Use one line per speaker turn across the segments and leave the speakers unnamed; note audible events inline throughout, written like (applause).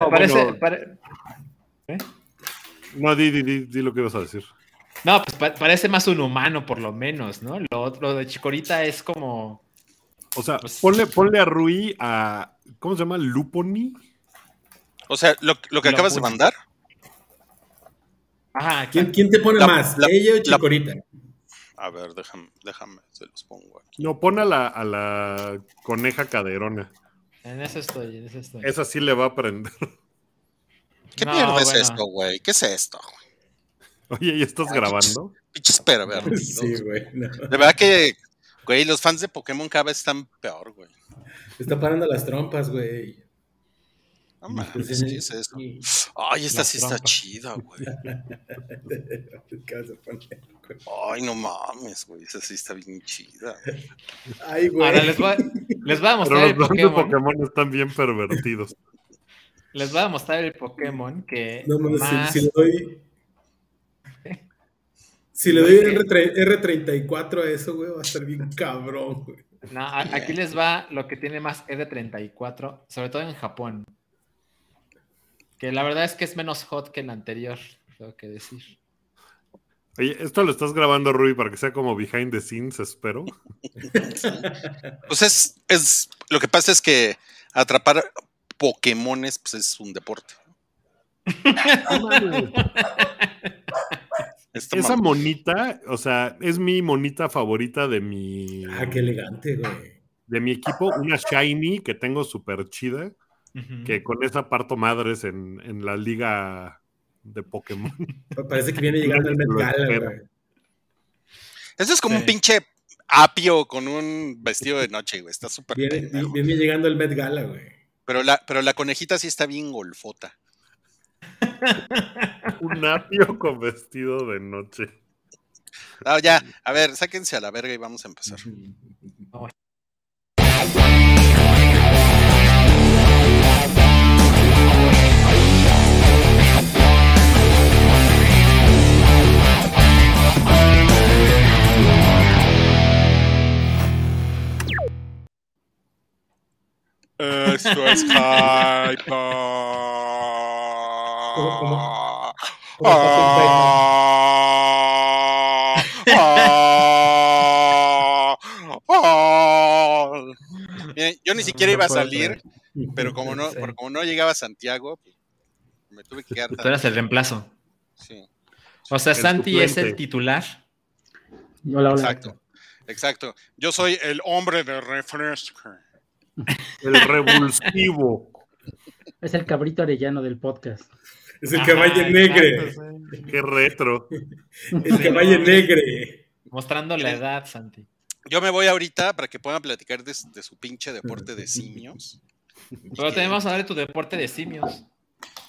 No,
parece,
bueno,
pare-
no di, di, di, di lo que ibas a decir.
no, pues pa- parece más un humano, por lo menos, ¿no? Lo otro de Chikorita es como.
O sea,
Pues-
ponle, ponle a Rui a. ¿Cómo se llama? Luponi.
O sea, lo, lo que
Lo
acabas de
puse.
mandar.
Ajá,
¿Quién, quién te pone
La-
más?
la-
¿Ella o
la-
Chicorita? (laughs)
A ver, déjame, déjame, se los pongo aquí.
No, pon a la, a la coneja caderona.
en eso estoy, en eso estoy.
Esa sí le va a prender. (laughs)
¿Qué
No,
mierda es
bueno.
esto, güey? ¿Qué es esto?
Oye, ¿y
(laughs)
estás grabando?
Pinches pervertidos.
(laughs) Sí, güey. no.
De verdad que, güey, los fans de Pokémon cada vez están peor, güey.
Está parando las trompas, güey. Pues
No mames, ¿qué es esto?
Sí. (laughs)
Ay, esta
Las
sí está
trampas.
chida, güey.
¿Qué vas a poner, güey?
Ay, no mames, güey. Esta sí está bien chida.
Ay, güey.
Ahora les voy, a- les voy a
Pero
mostrar
los
el
fans de
Pokémon.
Pokémon están bien pervertidos.
Les voy a mostrar el Pokémon que.
(laughs) No mames, si-
más...
si, le doy. Si le doy R3 R34 a eso, güey, va a estar bien cabrón, güey.
No, a- aquí les va lo que tiene más E ED34, sobre todo en Japón. Que la verdad es que es menos hot que el anterior, tengo que decir.
Oye, esto lo estás grabando, Rui, para que sea como behind the scenes, espero.
Pues es, es, lo que pasa es que atrapar Pokémones, pues es un deporte. Esta
Esa
mam-
monita, o sea, es mi monita favorita de mi,
Ah, qué elegante, güey.
de mi equipo. Una shiny que tengo súper chida,
Ujú.
que con esa parto madres en, en la liga de Pokémon. (laughs)
Pa- Parece que viene llegando el Met
Lo
Gala,
espero.
güey.
Eso es como
Sí.
un pinche apio con un vestido de noche, güey. Está súper
Viene,
pendejo.
vi- viene llegando el Met Gala, güey.
Pero la, pero la conejita sí está bien golfota.
Un apio con vestido de noche.
Ah,
(laughs)
ya, a ver, sáquense a la verga y vamos a empezar. Esto (laughs) es hype.
cómo? Como Attack on
Ah, ah, ah.
(laughs)
Miren, yo ni siquiera iba a salir,
Titan.
pero como no,
Sí.
pero como no llegaba a Santiago, pues, me tuve que quedar.
Tú eras el reemplazo.
Sí,
O sea,
El
Santi es el
suplente.
titular.
Hola, hola.
exacto, exacto. Yo soy el hombre de refresco.
El
(laughs)
revulsivo.
Es el cabrito arellano del podcast.
(laughs) Es el
Ajá,
caballo negre.
exacto, sí.
Qué retro.
El caballo negre.
Mostrando la edad, Santi.
Yo me voy ahorita para que puedan platicar de, su- de su pinche deporte de simios.
Pero también vamos a hablar de tu deporte de simios.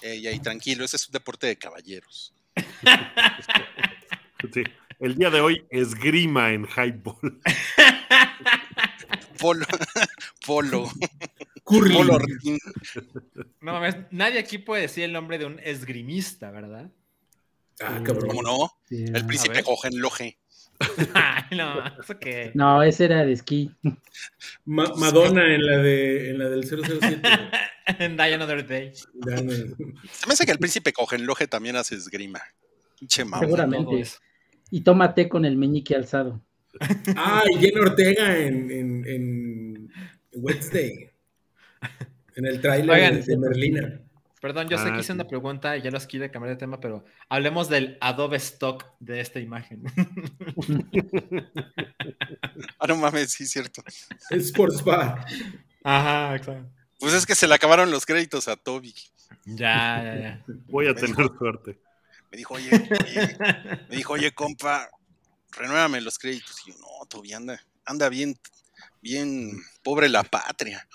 Eh, y ahí tranquilo, ese es un deporte de caballeros.
Sí. El día de hoy esgrima en highball.
Polo, (laughs) polo,
Curly.
polo ring.
No mames, nadie aquí puede decir el nombre de un esgrimista, (laughs) ¿verdad?
Ah, cabrón.
¿Cómo no?
Sí,
El
no.
príncipe
ver.
Hohenlohe.
Ay, no, eso que.
No, ese era de esquí.
Ma- Madonna en la, de, en la del
(laughs)
007.
(laughs) Die another day.
Dame.
Se me hace que el príncipe Cogenloje también hace esgrima. Pinche mamón.
Segura-
Todo eso.
Y tómate con el meñique alzado.
Ah, y Jenna Ortega en, en, en Wednesday. En el tráiler
Oigan.
de Merlina.
Perdón, yo sé
Ah,
que hice
sí.
una pregunta y ya los quise cambiar de tema, pero hablemos del Adobe Stock de esta imagen. (laughs)
Ah, no mames, sí, cierto.
Sports Bar.
Ajá, exacto.
Pues es que se le acabaron los créditos a Toby.
Ya, ya, ya.
Voy a tener suerte.
Me dijo, oye, oye, me dijo, oye, compa, renuévame los créditos. Y yo, no, Toby, anda, anda bien, bien pobre la patria.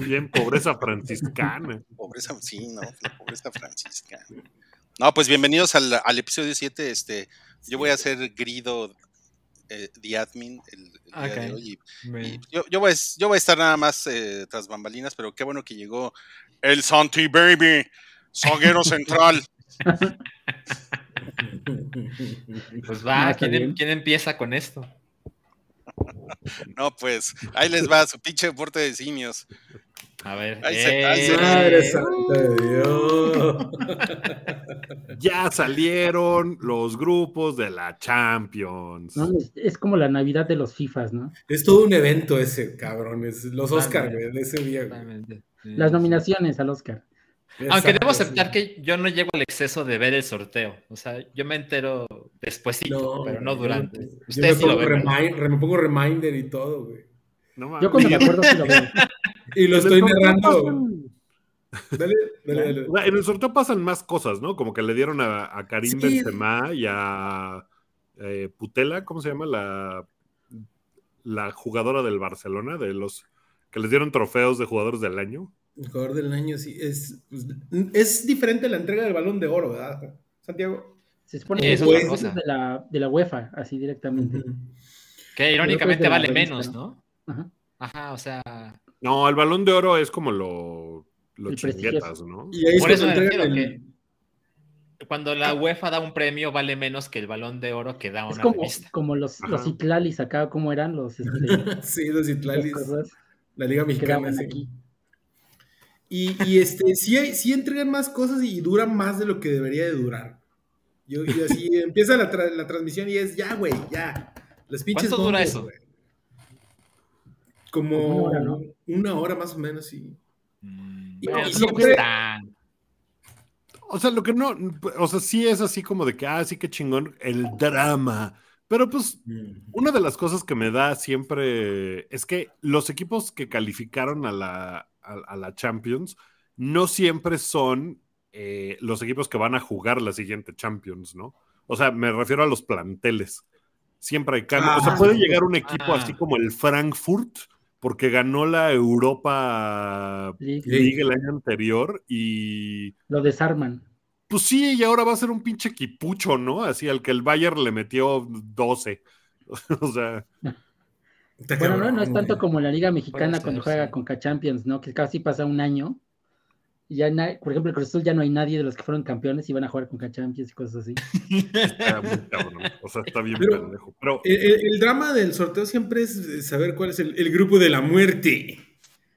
Bien, pobreza franciscana.
(laughs)
Pobreza, sí, no, la pobreza francisca. No, pues bienvenidos al, al episodio 7. Este, yo voy a ser grido eh, the admin el, el día de
Ok.
hoy y Y
Me-
Yo, yo voy, a, yo voy a estar nada más eh, tras bambalinas, pero qué bueno que llegó el Santi Baby, zaguero central.
Pues va,
Ah,
No, está
¿quién, em-
bien.
quién empieza con esto?
No, pues ahí les va su pinche deporte de simios.
A ver.
Ahí se- ahí se-
¡eh!
Madre santa de Dios.
Ya salieron los grupos de la Champions.
¿no? Es, es como la Navidad de los FIFAs, ¿no?
Es todo un evento ese, cabrón. Es los
Ah,
Oscar,
mira.
güey, de ese día. güey.
Exactamente. Sí,
Las
sí.
nominaciones al Oscar.
Aunque
Exacto,
debo
sí.
aceptar que yo no llego al exceso de ver el sorteo. O sea, yo me entero despuésito, pero no
yo
durante.
yo
Ustedes
me,
sí lo
pongo
ven. ¿no?
remind- re- me pongo reminder y todo, güey.
No mames.
Yo cuando me acuerdo sí lo veo.
Y lo
En el
estoy
sorteo
narrando.
pasan-
Dale, dale, dale.
o sea, en el sorteo pasan más cosas, ¿no? Como que le dieron a, a Karim
Sí.
Benzema y a eh, Putela, ¿cómo se llama? La, la jugadora del Barcelona, de los que les dieron trofeos de jugadores del año.
El jugador del año, sí. Es, pues, es diferente la entrega del balón de oro, ¿verdad, Santiago?
Se supone
Sí,
que
es
son
otra
las cosas
cosa.
de la, de la UEFA, así directamente.
Que irónicamente
de la
vale
revista,
menos,
¿no?
¿no?
Ajá.
Ajá, o sea,
No, el balón de oro es como lo, lo
El
chinguetas, ¿no?
Y ahí es
Por
cuando
eso me
entregan
refiero
el-
cuando la UEFA da un premio vale menos que el balón de oro que da
Es
una
como,
revista.
como los,
Ajá.
los Itlalis acá, ¿cómo eran los,
(laughs)
este,
Sí, los
las
Itlalis,
cosas
la Liga
que
Mexicana.
daban
sí.
aquí?
Y, y, este, sí, hay- sí entregan más cosas y dura más de lo que debería de durar. Yo, y así (laughs) empieza la, tra- la transmisión y es ya, güey, ya. Las pinches
¿Cuánto dura
bombas,
eso?
güey. Como
Una hora, ¿no?
una hora más o menos, sí.
Mm,
Y-
bueno,
y
tampoco
lo
es
que-
tan-
O sea, lo que no, o sea, sí es así como de que, ah, sí que chingón, el drama. Pero pues Una de las cosas que me da siempre es que los equipos que calificaron a la, a, a la Champions no siempre son eh, los equipos que van a jugar la siguiente Champions, ¿no? O sea, me refiero a los planteles. Siempre hay cambios. o sea,
Ah.
puede llegar un equipo
Ah.
así como el Frankfurt, porque ganó la Europa
Sí,
Sí.
League el año anterior y
Lo desarman.
pues sí, y ahora va a ser un pinche quipucho, ¿no? Así al que el Bayern le metió 12. (laughs) o sea,
Está
Bueno, no,
cabrón,
no es tanto
güey.
como la Liga Mexicana
Puede
cuando
ser,
juega
sí.
con Champions, ¿no? Que casi pasa un año. Y ya, na- por ejemplo, el Cruz Azul ya no hay nadie de los que fueron campeones y van a jugar con Champions y cosas así.
está muy cabrón. O sea, está bien
Pero-
pendejo. Pero eh,
El, el- el drama del sorteo siempre es eh, saber cuál es el, el grupo de la muerte.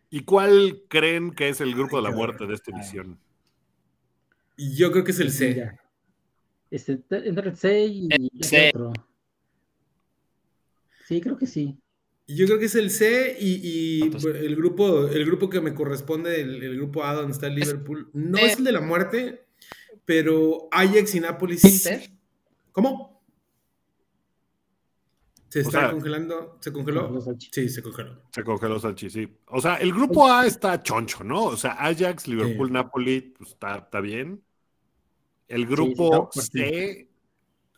¿y cuál creen que es el grupo de la
Ay,
muerte de esta edición?
Y yo creo que es el
Sí,
C.
ya. Este, te- entre el C y y
El C.
otro. Sí, creo que sí.
Y Yo creo que es el C y, y,
Entonces-
pues, el grupo el grupo que me corresponde, el, el grupo A donde está el
Es-
Liverpool, no
eh.
es el de la muerte, pero Ajax y Nápoles.
Inter.
¿Cómo? Se
O
está
sea-
congelando, se
Los
congeló.
salchichas.
Sí, se congeló.
Se congeló Salchi, sí. O sea, el grupo A está choncho, ¿no? O sea, Ajax, Liverpool,
Pues Sí.
Napoli, pues está, está bien. El
está
grupo
pues,
fuerte.
C.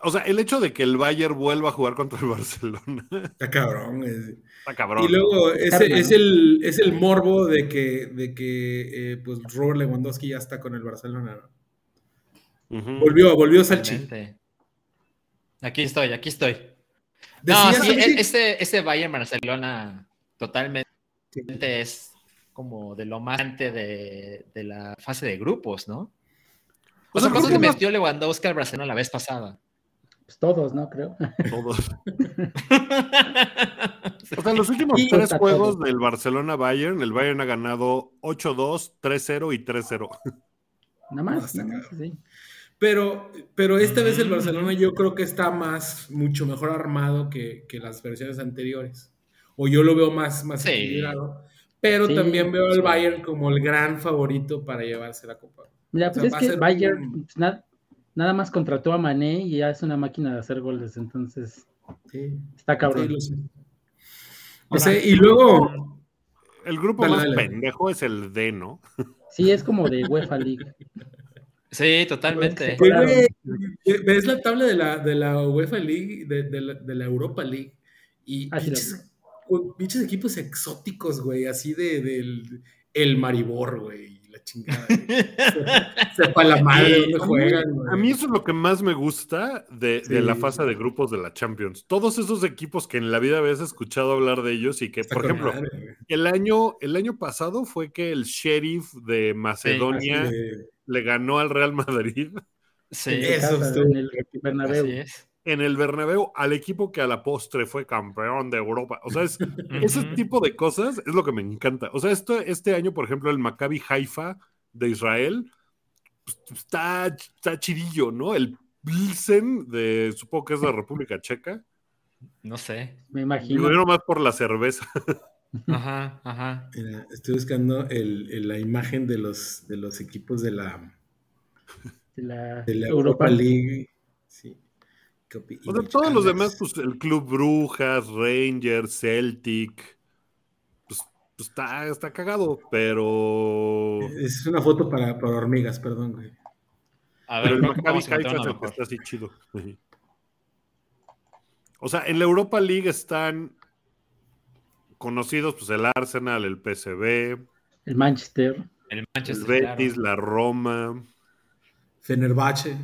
O sea, el hecho de que el Bayern vuelva a jugar contra el Barcelona (laughs)
Está cabrón. es-
está cabrón.
Y luego es,
Carga,
es
¿no?
el, es el morbo de que, de que eh, pues Robert Lewandowski ya está con el Barcelona. ¿no?
Ujú.
Volvió, volvió Salchi.
Totalmente. Aquí estoy, aquí estoy.
Decía
no, sí,
Salchi-
e- ese, ese Bayern Barcelona totalmente es como de lo más ante de, de la fase de grupos, ¿no? O
O
sea,
sea,
¿cuánto
creo
le
que más-
metió Lewandowski al Barcelona la vez pasada? (laughs)
Pues todos, ¿no? Creo. (laughs)
todos.
(laughs)
O sea, los últimos
Y-
tres
Está
juegos del Barcelona-Bayern, el Bayern ha ganado 8-2, 3-0 y 3-0.
Nada más.
Hasta
nada más, sí.
Pero, pero esta vez el Barcelona yo creo que está más, mucho mejor armado que, que las versiones anteriores. O yo lo veo más, más
Sí.
equilibrado. Pero
Sí,
también veo
sí.
al Bayern como el gran favorito para llevarse la copa.
Mira,
O sea,
pues
va a
es que
ser
Bayern
un-
pues, na- nada más contrató a Mané y ya es una máquina de hacer goles, entonces
Sí,
está cabrón.
sí, lo sé. Lo
Ahora-
sé, y luego,
El grupo
Dale,
más
dale.
pendejo es el D, ¿no?
Sí, es como de UEFA League.
Sí, totalmente.
Pues, claro.
güey, eh, ves la tabla de la, de la UEFA League, de, de la, de la Europa League, y
Ah, sí, la
pinches, güey, pinches equipos exóticos, güey, así de, del el Maribor, güey, y la
(laughs)
chingada. güey. Sepa la madre
Y
dónde
a mí-
juegan, güey.
Eh, A mí eso es lo que más me gusta de, de
Sí.
la fase de grupos de la Champions. Todos esos equipos que en la vida habías escuchado hablar de ellos y que,
Está
por
con
ejemplo,
madre, güey.
el año, el año pasado fue que el Sheriff de
Así
Macedonia
de-
le ganó al Real Madrid. (laughs)
Sí,
(laughs) Eso
Casa,
estuvo-
en el Bernabéu.
así es.
en el Bernabéu al equipo que a la postre fue campeón de Europa. O sea, es, ese
Ujú.
tipo de cosas es lo que me encanta. O sea, esto, este año, por ejemplo, el Maccabi Haifa de Israel pues, está, está chidillo, ¿no? El Pilsen de, supongo que es la República Checa.
No sé.
Me
Digo,
imagino.
yo nomás por la cerveza.
Ajá, ajá.
Mira, eh, estoy buscando el- el- la imagen de los, de los equipos de la,
de la,
de la
Europa,
Europa League. Sí. Copy
O sea,
image
todos los
canvas.
demás, pues el Club Brujas, Rangers, Celtic, pues, pues, está, está cagado, pero...
Es una foto para, para hormigas, perdón, güey.
A ver,
Pero el
creo que
Maccabi
podemos
Haifa
encontrar
es
uno
el que
mejor.
está así chido. O sea, en la Europa League están conocidos pues el Arsenal, el PSV,
el Manchester.
El
el
Manchester.
Betis,
claro.
la Roma,
Fenerbahce.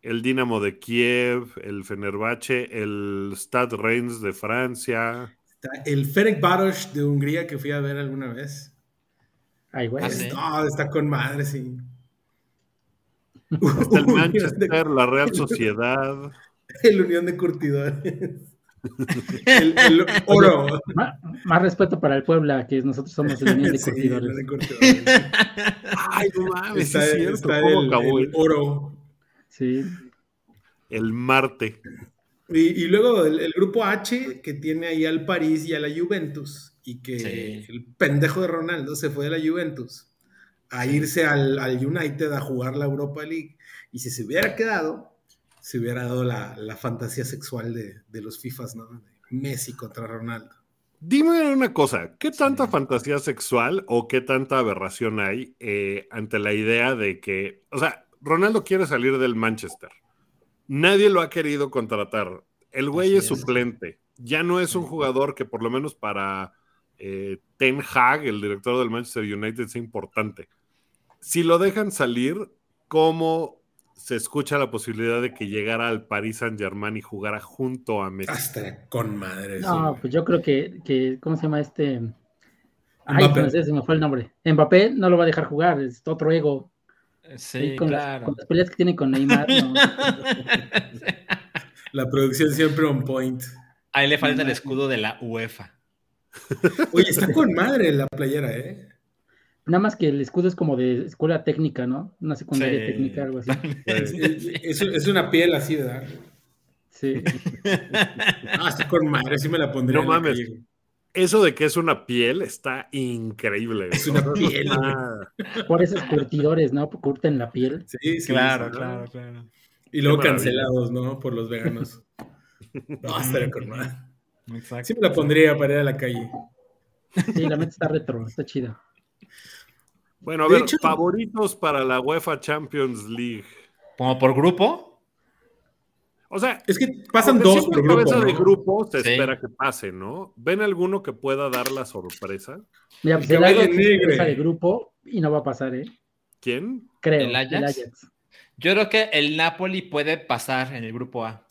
el Dinamo de Kiev, el Fenerbahce, el Stade Reims de Francia.
Está el Ferencváros de Hungría que fui a ver alguna vez.
Ay, güey.
Ah,
Es-
sí.
no, está con madre, sí. (laughs)
Está (laughs) el Manchester, la (laughs) Real Sociedad.
El Unión de Curtidores. El,
(laughs)
el Oro.
Má- Más, respeto para el Puebla, que nosotros somos el Unión
(laughs)
de
Sí, el Unión
Curtidores.
de Curtidores.
Ay, no mames, (laughs) sí
Está,
es cierto.
está
¿Cómo
el,
acabó
el
eso?
Oro.
Sí.
El Marte.
Y, y luego el, el grupo H que tiene ahí al París y a la Juventus. Y que
Sí.
el pendejo de Ronaldo se fue de la Juventus a irse al, al United a jugar la Europa League. Y si se hubiera quedado, se hubiera dado la, la fantasía sexual de, de los FIFAs, ¿no? Messi contra Ronaldo.
Dime una cosa, ¿qué tanta fantasía sexual o qué tanta aberración hay eh, ante la idea de que, o sea, Ronaldo quiere salir del Manchester, nadie lo ha querido contratar, el güey
Así
es,
es.
suplente, ya no es un
Sí.
jugador que por lo menos para eh, Ten Hag, el director del Manchester United, sea importante. Si lo dejan salir, ¿cómo se escucha la posibilidad de que llegara al Paris Saint Germain y jugara junto a Messi?
Hasta con madre. sí,
No,
güey.
pues yo creo que, que ¿cómo se llama este? Ay, pues,
Mbappé.
francés, se me fue el nombre. Mbappé no lo va a dejar jugar, es otro ego.
Sí,
Ahí con, las-
claro.
con las, peleas que tiene con Neymar. no.
La producción siempre on point.
(laughs) Ahí le falta el escudo de la UEFA.
Oye, está con madre la playera,
(laughs)
¿eh?
Nada más que el escudo es como de escuela técnica, ¿no? Una secundaria
Sí.
técnica, algo así.
Es,
Sí.
es- es una piel así, ¿verdad?
Sí.
Ah, está con madre, sí me la pondría.
No
en la
mames.
calle, güey.
Eso de que es una piel está increíble.
Es
güey.
una piel, güey.
Ah,
Por esos curtidores, ¿no? Curten la piel.
Sí, sí,
Claro,
sí.
claro, claro.
Y luego
Qué maravilla.
cancelados, ¿no? Por los veganos. No, estaría con madre.
Exacto.
Sí me la pondría para ir a la calle.
Sí, la mente está retro, está chida.
Bueno, a
De
ver,
hecho-
favoritos para la UEFA Champions League.
Como por grupo,
O sea,
Es que pasan
porque
dos
siempre
por
en
grupo.
cabeza de
¿no?
grupo se
Sí.
espera que pase, ¿no? ¿Ven alguno que pueda dar la sorpresa?
Mira, pues
Que
el
baile
Ajax es
negre.
cabeza de grupo y no va a pasar, ¿eh?
¿Quién?
Creo.
¿El Ajax? yo creo que el Napoli puede pasar en el grupo A.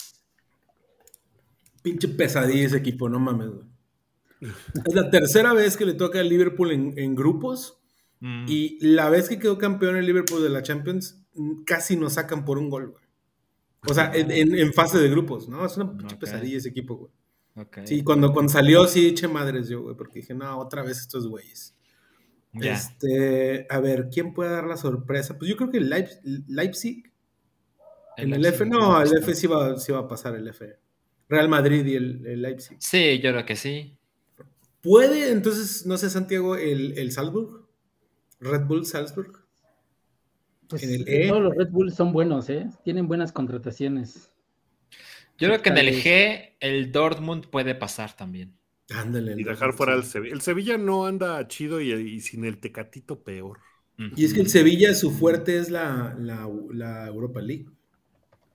Pinche pesadilla ese equipo, no mames. güey. Es la tercera vez que le toca al Liverpool en, en grupos.
Mm.
Y la vez que quedó campeón el Liverpool de la Champions, mm, casi nos sacan por un gol, güey. O sea, en, en- en fase de grupos, ¿no? Es una pinche
Ok.
pesadilla ese equipo, güey.
Ok.
Sí, cuando, cuando salió, sí eché madres yo, güey, porque dije, no, otra vez estos güeyes.
Ya.
Este, a ver, ¿quién puede dar la sorpresa? Pues yo creo que Leip- Leipzig, en el
Leipzig
F, no, el F sí va, sí va a pasar el F. Real Madrid y el, el Leipzig.
Sí, yo creo que sí.
¿Puede entonces, no sé, Santiago, el, el Salzburg? Red Bull Salzburg.
Pues,
En el E.
Todos los Red Bulls son buenos, ¿eh? Tienen buenas contrataciones.
Yo creo que en
Tal
el
vez.
G el Dortmund puede pasar también.
Ándale.
Y
el
dejar
Red
fuera
Bull
al Sevilla. El Sevilla no anda chido y, y sin el Tecatito peor.
Y es que el Sevilla, su fuerte es la, la- la Europa League.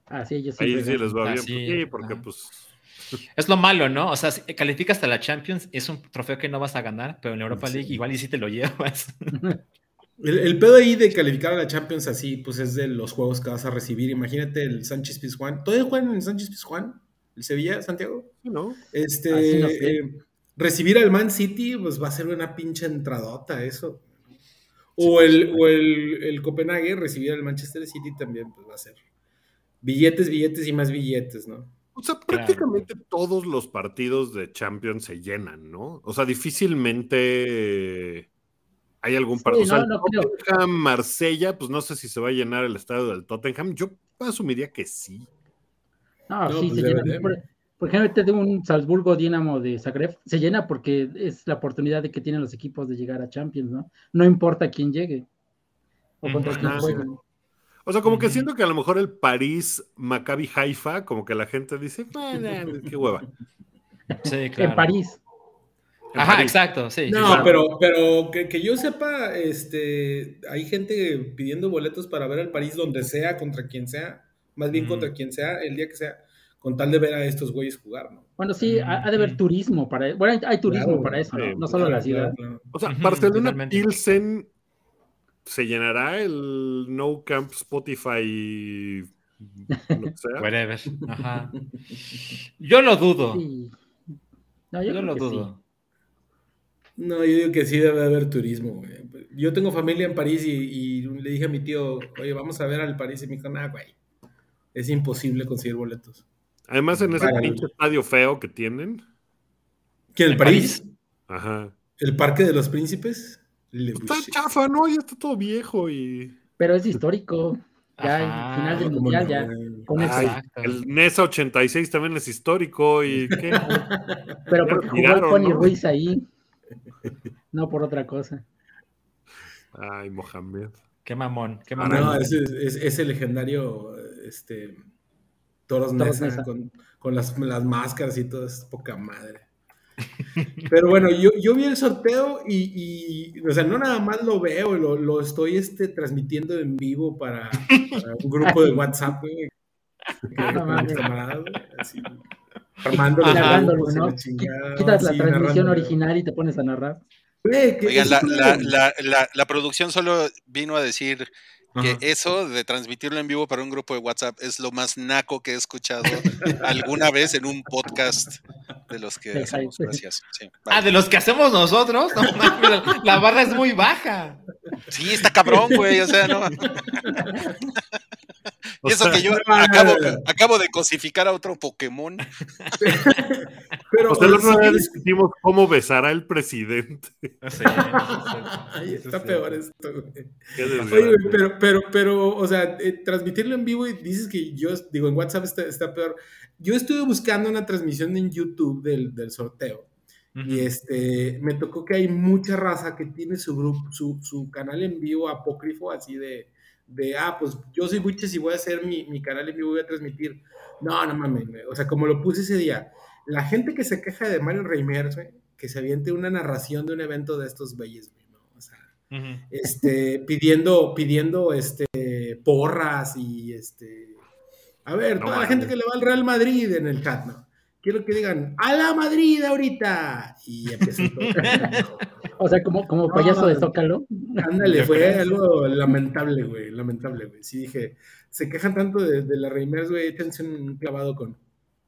Ah, sí, ellos
Ahí
siempre
sí
ganan.
les va
Ah,
bien.
sí,
pues, sí, porque
ajá.
pues...
Es lo malo, ¿no? O sea, si calificas hasta la Champions, es un trofeo que no vas a ganar, pero en la Europa
Sí.
League igual y sí te lo (laughs) llevas.
El, el pedo ahí de calificar a la Champions así, pues es de los juegos que vas a recibir. Imagínate el Sánchez Pizjuán. ¿Todavía juegan en el Sánchez Pizjuán? ¿El Sevilla, Santiago?
sí, ¿no?
Este,
Así Ah, no sé.
eh, recibir al Man City, pues va a ser una pinche entradota eso. O el, o el, el Copenhague, recibir al Manchester City también, pues va a ser. Billetes, billetes y más billetes, ¿no?
O sea, prácticamente todos los partidos de Champions se llenan, ¿no? O sea, difícilmente hay algún
Sí,
partido. o sea,
no,
el
no creo.
Tottenham, Marsella, pues no sé si se va a llenar el estadio del Tottenham. Yo asumiría que sí.
No,
No,
sí,
pues
se
ya
llena.
veremos.
Por, por ejemplo, ahorita tengo un Salzburgo Dinamo de Zagreb. Se llena porque es la oportunidad de que tienen los equipos de llegar a Champions, ¿no? No importa quién llegue o contra
Ujú.
quién
Ajá.
juegue.
O sea, como que
Ujú.
siento que a lo mejor el París, Maccabi Haifa, como que la gente dice, "Ah,
(laughs)
nah, qué hueva.
Sí, claro.
En París.
En
Ajá,
París.
exacto, sí.
No,
sí, sí.
pero, pero que, que yo sepa, este, hay gente pidiendo boletos para ver al París donde sea, contra quien sea, más bien
Mm.
contra quien sea, el día que sea, con tal de ver a estos güeyes jugar, ¿no?
Bueno, sí,
Mm,
ha, ha de haber
Ujú.
turismo para Bueno, hay, hay turismo
Claro,
para eso, ¿no?
sí,
No solo
Claro,
la ciudad.
claro, claro.
O sea,
Ujú,
Barcelona
totalmente.
Pilsen se llenará el No Camp Spotify, lo que
(laughs)
sea.
Whatever. Ajá. Yo lo dudo.
Sí. No, yo,
yo
creo
lo
que sí.
dudo.
No, yo digo que sí debe haber turismo, güey. Yo tengo familia en París y, y le dije a mi tío, oye, vamos a ver al París, y me dijo, nah, güey, es imposible conseguir boletos.
Además, en ese
Para el-
pinche estadio feo que tienen.
¿Quién, el
¿En
París?
Ajá.
¿El Parque de los Príncipes? Le
Está
Boucher.
chafa, ¿no? Ya está todo viejo y.
Pero es histórico. Ya
Ajá.
el final del
¿Cómo
Ah, mundial,
no,
ya.
güey?
Con eso.
Ay,
Exacto.
el NESA 86 también es histórico y.
(laughs)
¿qué?
Pero
ya lo
porque jugó el
tiraron,
Pony
¿no?
Ruiz ahí. No por otra cosa.
Ay, Mohamed.
Qué mamón, qué
Ah,
mamón.
No, ese es, es- es el legendario este, Toros
Toros
Nesa,
Nesa.
con, con las, las máscaras y todo, es poca madre. (laughs) Pero bueno, yo, yo vi el sorteo y, y, o sea, no nada más lo veo, lo, lo estoy este, transmitiendo en vivo para, para un grupo
(laughs)
de WhatsApp, güey, que-
Ah, No
con
mames.
mis camaradas, güey, así, armando los
Ajá.
Narrándolo,
grupos y la
¿no?
chingada,
Quitas la
sí,
transmisión
narrándolo.
original y te pones a narrar.
Güey, que
Oigan,
eso
la,
es una-
la- la- la- la producción solo vino a decir que
Ajá.
eso de transmitirlo en vivo para un grupo de WhatsApp es lo más naco que he escuchado alguna vez en un podcast de los que
De
hacemos.
hype.
Gracias. Sí,
Ah,
vale.
de los que hacemos nosotros. No,
(laughs)
mames, la barra es muy baja.
Sí, está cabrón, güey.
(laughs)
O sea, no.
O
Y eso
sea,
que yo
no,
acabo,
no, no.
acabo de cosificar a otro Pokémon.
pero,
O sea, la
o sea,
otra vez
¿sabes?
discutimos cómo besará el presidente.
(laughs)
(laughs)
Ay, está peor esto, güey.
Qué
Oye,
desgracia.
güey, pero, pero, pero, o sea, eh, transmitirlo en vivo y dices que yo, digo, en WhatsApp está, está peor. Yo estuve buscando una transmisión en YouTube del, del sorteo y este, me tocó que hay mucha raza que tiene su grupo, su, su canal en vivo apócrifo, así de, de, ah, pues yo soy Buches y voy a hacer mi, mi canal en vivo, voy a transmitir. No, no mames, güey. o sea, como lo puse ese día, la gente que se queja de Mario Reimers, güey, que se aviente una narración de un evento de estos güeyes, güey, ¿no? O sea, este, pidiendo, pidiendo este, porras y este. A ver,
No
toda la
mames.
gente que le va al Real Madrid en el chat, ¿no? Quiero que digan, ¡A la Madrid ahorita! Y empiezan todo.
O sea, como, como payaso de Zócalo.
Ándale,
Yo
fue
creo.
algo lamentable, güey, lamentable, güey. Sí dije, se quejan tanto de, de la Reimers, güey, échense un clavado con,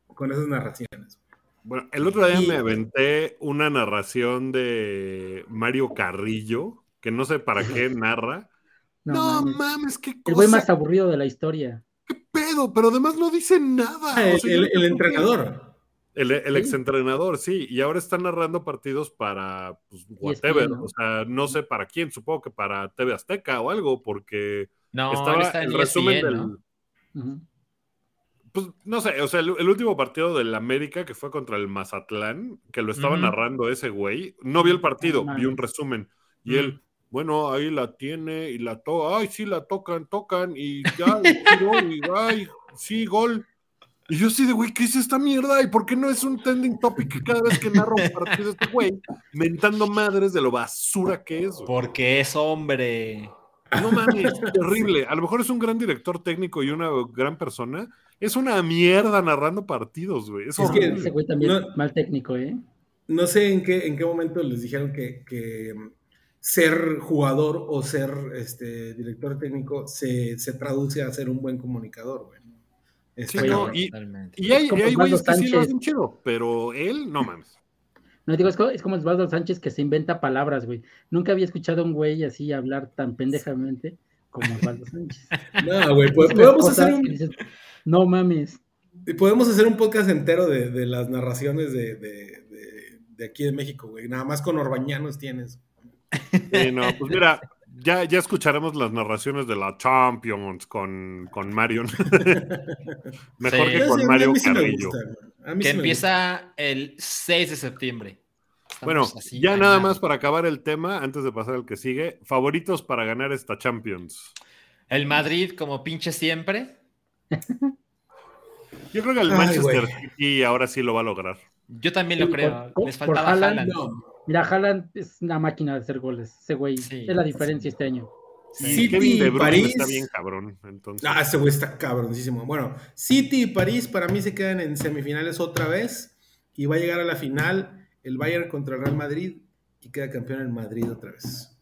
con esas narraciones.
Bueno, el otro día
Y-
me aventé una narración de Mario Carrillo, que no sé para qué narra.
No,
No,
mames.
mames, qué
El güey
cosa,
más aburrido de la historia.
qué pedo, pero además no dice nada.
Ah,
O
el,
sea, yo
el- el
creo que-
entrenador.
El, el
Sí.
exentrenador, sí, y ahora está narrando partidos para, pues, whatever,
ESPN, ¿no?
o sea, no sé para quién, supongo que para TV Azteca o algo, porque
No,
estaba
él está en E
el resumen
ESPN,
del,
¿no?
Ujú.
pues, no sé, o sea, el, el último partido del América que fue contra el Mazatlán, que lo estaba
Ujú.
narrando ese güey, no vi el partido,
Ah,
vi un resumen, y él, bueno, ahí la tiene y la toca, ay, sí, la tocan, tocan, y ya, y tiró, y, ay, sí, gol. Y yo sí de, güey, ¿qué es esta mierda? ¿Y por qué no es un trending topic cada vez que narro un partido este güey? Mentando madres de lo basura que es. güey.
Porque es hombre.
No mames, terrible. A lo mejor es un gran director técnico y una gran persona. Es una mierda narrando partidos, güey. Es
Es que-
horrible.
Ese güey también
No.
mal técnico, ¿eh?
No sé en qué, en qué momento les dijeron que, que, mm, ser jugador o ser este, director técnico se, se traduce a ser un buen comunicador, güey. Este, Está
Sí, no,
cabrón.
y-
Totalmente.
Y hay,
como
y hay güeyes que
Osvaldo
sí lo
Sánchez.
hacen chido, pero él, no mames.
No digo, es co- es como Osvaldo Sánchez que se inventa palabras, güey. Nunca había escuchado a un güey así hablar tan pendejamente como Osvaldo Sánchez.
No, güey,
(laughs)
pues,
Dice unas
podemos
cosas
hacer
que
un,
dices, no mames.
Y podemos hacer un podcast entero de, de las narraciones de, de- de- de aquí de México, güey. Nada más con Orbañanos tienes.
Sí, no, pues mira, ya, ya escucharemos las narraciones de la Champions con, con Marion. (laughs) Mejor
Sí.
que
Yo
con
Sí, a mí
Mario
sí me
Carrillo.
gusta, güey. A mí
Que
sí me
empieza el 6 de septiembre. Estamos
Bueno,
así,
ya
a
nada
nada.
más para acabar el tema, antes de pasar al que sigue, favoritos para ganar esta Champions.
El Madrid, como pinche siempre.
Yo creo que el
Ay,
Manchester
güey.
City ahora sí lo va a lograr.
Yo también lo
Sí,
creo.
por-
Les
por
faltaba
Haaland,
Haaland.
gusta. No,
Mira, Haaland es una máquina de hacer goles. Ese güey
Sí.
es la diferencia este año.
Y
City,
Kevin De Bruyne
París.
está bien cabrón. Entonces,
Ah, ese güey está cabroncísimo. Bueno, City y París para mí se quedan en semifinales otra vez y va a llegar a la final el Bayern contra el Real Madrid y queda campeón el Madrid otra vez.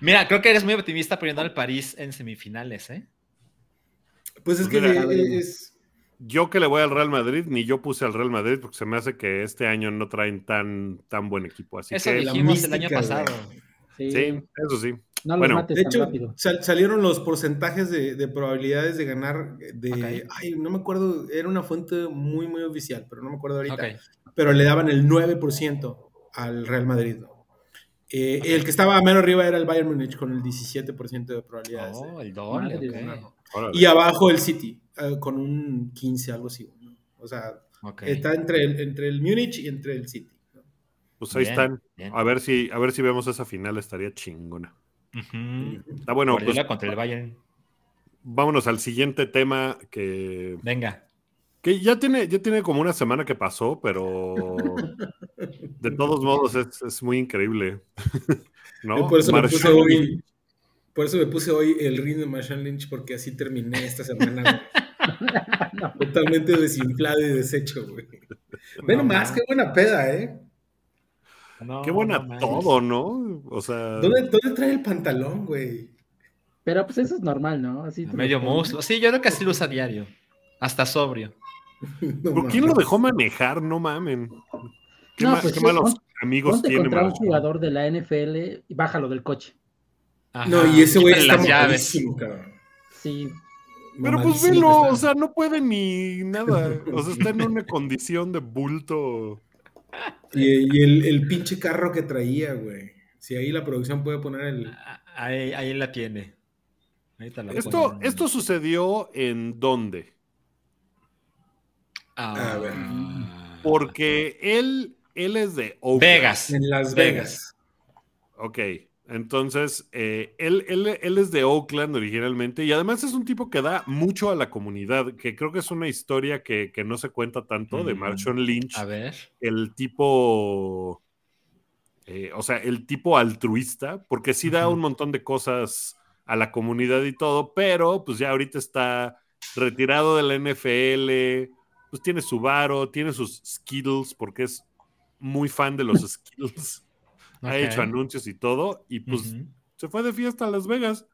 Mira, creo que eres muy optimista poniendo al París en semifinales, ¿eh?
Pues es que
Mira,
es-
yo que le voy al Real Madrid, ni yo puse al Real Madrid porque se me hace que este año no traen tan, tan buen equipo. Así
Eso
que,
la
dijimos el año
mística,
pasado.
Sí,
sí, eso sí.
No lo
Bueno,
mates
De
tan
hecho,
rápido.
sal- salieron los porcentajes de, de probabilidades de ganar de...
Ok.
Ay, no me acuerdo, era una fuente muy, muy oficial, pero no me acuerdo ahorita.
Ok.
Pero le daban el 9% al Real Madrid. ¿no? Eh, El que estaba menos arriba era el Bayern Múnich con el 17% de probabilidades. ¿eh? de-
Oh, el doble,
Madre
ok.
de
ganarlo.
Órale.
Y abajo el City, eh, con un 15, algo así. ¿no? O sea,
ok.
está entre el, entre el Múnich y entre el City. ¿no?
Pues ahí
Bien,
están.
bien.
A ver si, a ver si vemos esa final, estaría chingona.
Ujú.
Está bueno, pues,
Guardiola contra el Bayern.
vámonos al siguiente tema que,
Venga.
que ya tiene, ya tiene como una semana que pasó,
(laughs)
pero de todos modos es, es muy increíble. (laughs) ¿No?
Yo por, eso me puse
Marshall-
hoy, por eso me puse hoy el ring de Marshall Lynch, porque así terminé esta semana.
(laughs)
güey. Totalmente desinflado y deshecho, güey. Bueno, más, qué buena peda, ¿eh?
No,
Qué buena
no manches.
todo, ¿no? O sea,
¿Dónde, dónde trae el pantalón, güey?
Pero pues eso es normal, ¿no? Así te lo
Medio
pones.
muslo. Sí, yo creo que así lo usa diario. Hasta sobrio.
No
¿por
mames.
quién lo dejó manejar? No mamen. Qué,
No,
ma-
pues,
qué malos
ponte-
amigos
Ponte
tiene
contra un
Marshall.
jugador de la NFL y bájalo del coche.
Ajá.
No, y ese güey
Quítale
está
las llaves.
mamadísimo, cabrón.
Sí, (laughs)
Pero pues
Mamadísimo
velo,
está.
o sea, no puede ni
(laughs)
nada. O sea, está en una condición de bulto.
Y, y el, el pinche carro que traía, güey. Si ahí la producción puede poner el.
Ah, Ahí, ahí la tiene. Ahí te la
Esto,
ponen.
esto sucedió en dónde?
Ah,
A ver.
Porque él, él es de Oakland.
Vegas.
En Las
Vegas.
Vegas.
Ok, entonces eh, él, él- él es de Oakland originalmente y además es un tipo que da mucho a la comunidad, que creo que es una historia que, que no se cuenta tanto de
Mm.
Marshawn Lynch,
A ver.
el tipo, eh, o sea, el tipo altruista, porque sí da
Ujú.
un montón de cosas a la comunidad y todo, pero pues ya ahorita está retirado de la NFL, pues tiene su varo, tiene sus Skittles, porque es muy fan
(laughs)
de los Skittles ha
Ok.
hecho anuncios y todo, y pues
Ujú.
se fue de fiesta a Las Vegas.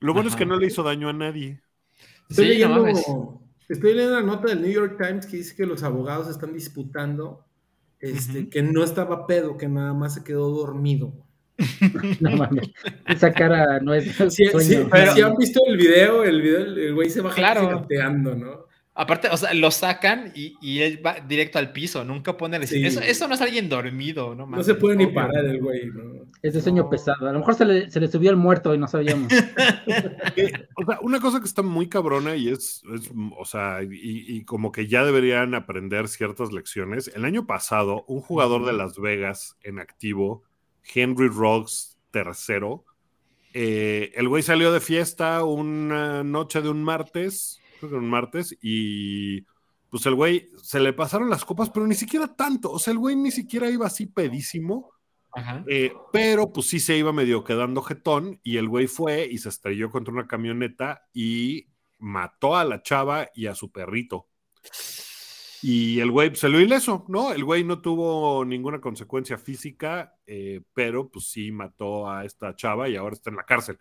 Lo bueno es que
Ajá.
no le hizo daño a nadie.
Estoy,
Sí, no
leyendo,
mames.
estoy leyendo una nota del New York Times que dice que los abogados están disputando este,
Ujú.
que no estaba pedo, que nada más se quedó dormido.
no mames. Esa cara no es
(laughs) Si
sueño.
pero-
han visto el video, el video, el güey se va
Claro.
giganteando, ¿no?
Aparte, o sea, lo sacan y, y él va directo al piso, nunca pone el...
Sí.
Eso, eso no es alguien dormido, no
No
mames.
se puede ni
Obvio.
parar el güey, ¿no?
Es de sueño
No.
pesado. A lo mejor se le, se le subió el muerto y no sabíamos.
Que, o sea, una cosa que está muy cabrona y es, es, mm, o sea, y, y como que ya deberían aprender ciertas lecciones. El año pasado, un jugador de Las Vegas en activo, Henry Roggs III, eh, el güey salió de fiesta una noche de un martes, creo que era un martes, y pues el güey se le pasaron las copas, pero ni siquiera tanto. O sea, el güey ni siquiera iba así pedísimo.
Ajá.
Eh, pero pues sí se iba medio quedando jetón y el güey fue y se estrelló contra una camioneta y mató a la chava y a su perrito. Y el güey pues, se lo ileso, ¿no? El güey no tuvo ninguna consecuencia física, eh, pero pues sí mató a esta chava y ahora está en la cárcel.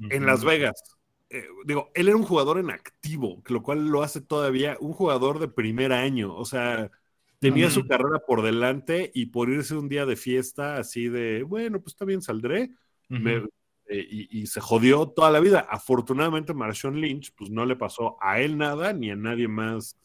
En Las Vegas. Eh, digo, él era un jugador en activo, lo cual lo hace todavía un jugador de primer año. O sea, tenía
Ujú.
su carrera por delante y por irse un día de fiesta, así de, bueno, pues está bien, saldré.
Ujú.
Me- eh, y, y se jodió toda la vida. Afortunadamente, Marshawn Lynch, pues no le pasó a él nada ni a nadie más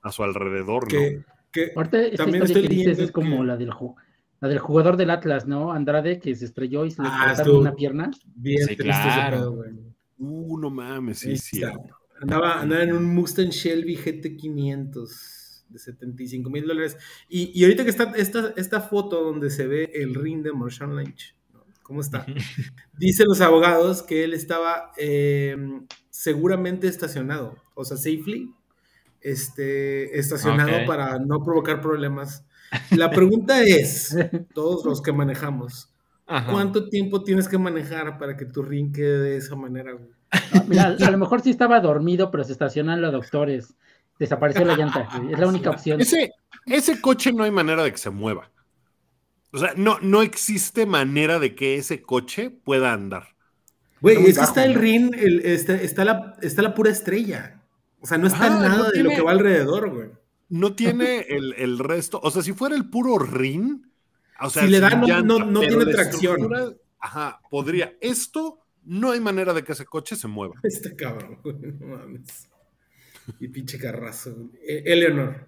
a su alrededor,
Que,
¿no?
que-
Aparte, esta
También
historia
estoy
que dices
leyendo
es como
que-
la del, ju- la del jugador del Atlas, ¿no? Andrade, que se estrelló y se le
Ah,
cortaron
estuvo-
una pierna.
bien
Sí,
triste ese
claro.
pedo, güey.
Uh, no mames, sí, sí.
Está. Este, Andaba, andaba en un Mustang Shelby GT500 de 75 mil dólares. Y, y ahorita que está esta, esta foto donde se ve el ring de Marshawn Lynch, ¿no? ¿cómo está? (laughs) Dicen los abogados que él estaba eh, seguramente estacionado, o sea, safely este, estacionado
Ok.
para no provocar problemas. La (laughs) pregunta es, todos los que manejamos,
Ajá.
¿Cuánto tiempo tienes que manejar para que tu ring quede de esa manera, güey?
Ah, mira, a lo mejor sí estaba dormido, pero se estacionan los doctores. Desapareció la llanta. güey. Es la única opción.
Ese, ese coche no hay manera de que se mueva. O sea, no, no existe manera de que ese coche pueda andar.
Güey,
muy
es que
bajo,
está el
¿no?
ring, el- está, está la, está la pura estrella. O sea, no está
Ajá,
nada
no
de
tiene-
lo que va alrededor, güey.
No
(laughs)
tiene el, el resto. O sea, si fuera el puro rin, o sea,
Si le da,
sin
no- no- no
pero
tiene
la
tracción. (laughs)
estructura, Ajá, podría. Esto no hay manera de que ese coche se mueva.
Está Este cabrón, güey. No mames. Y pinche carrazo. güey. Eh, Eleanor.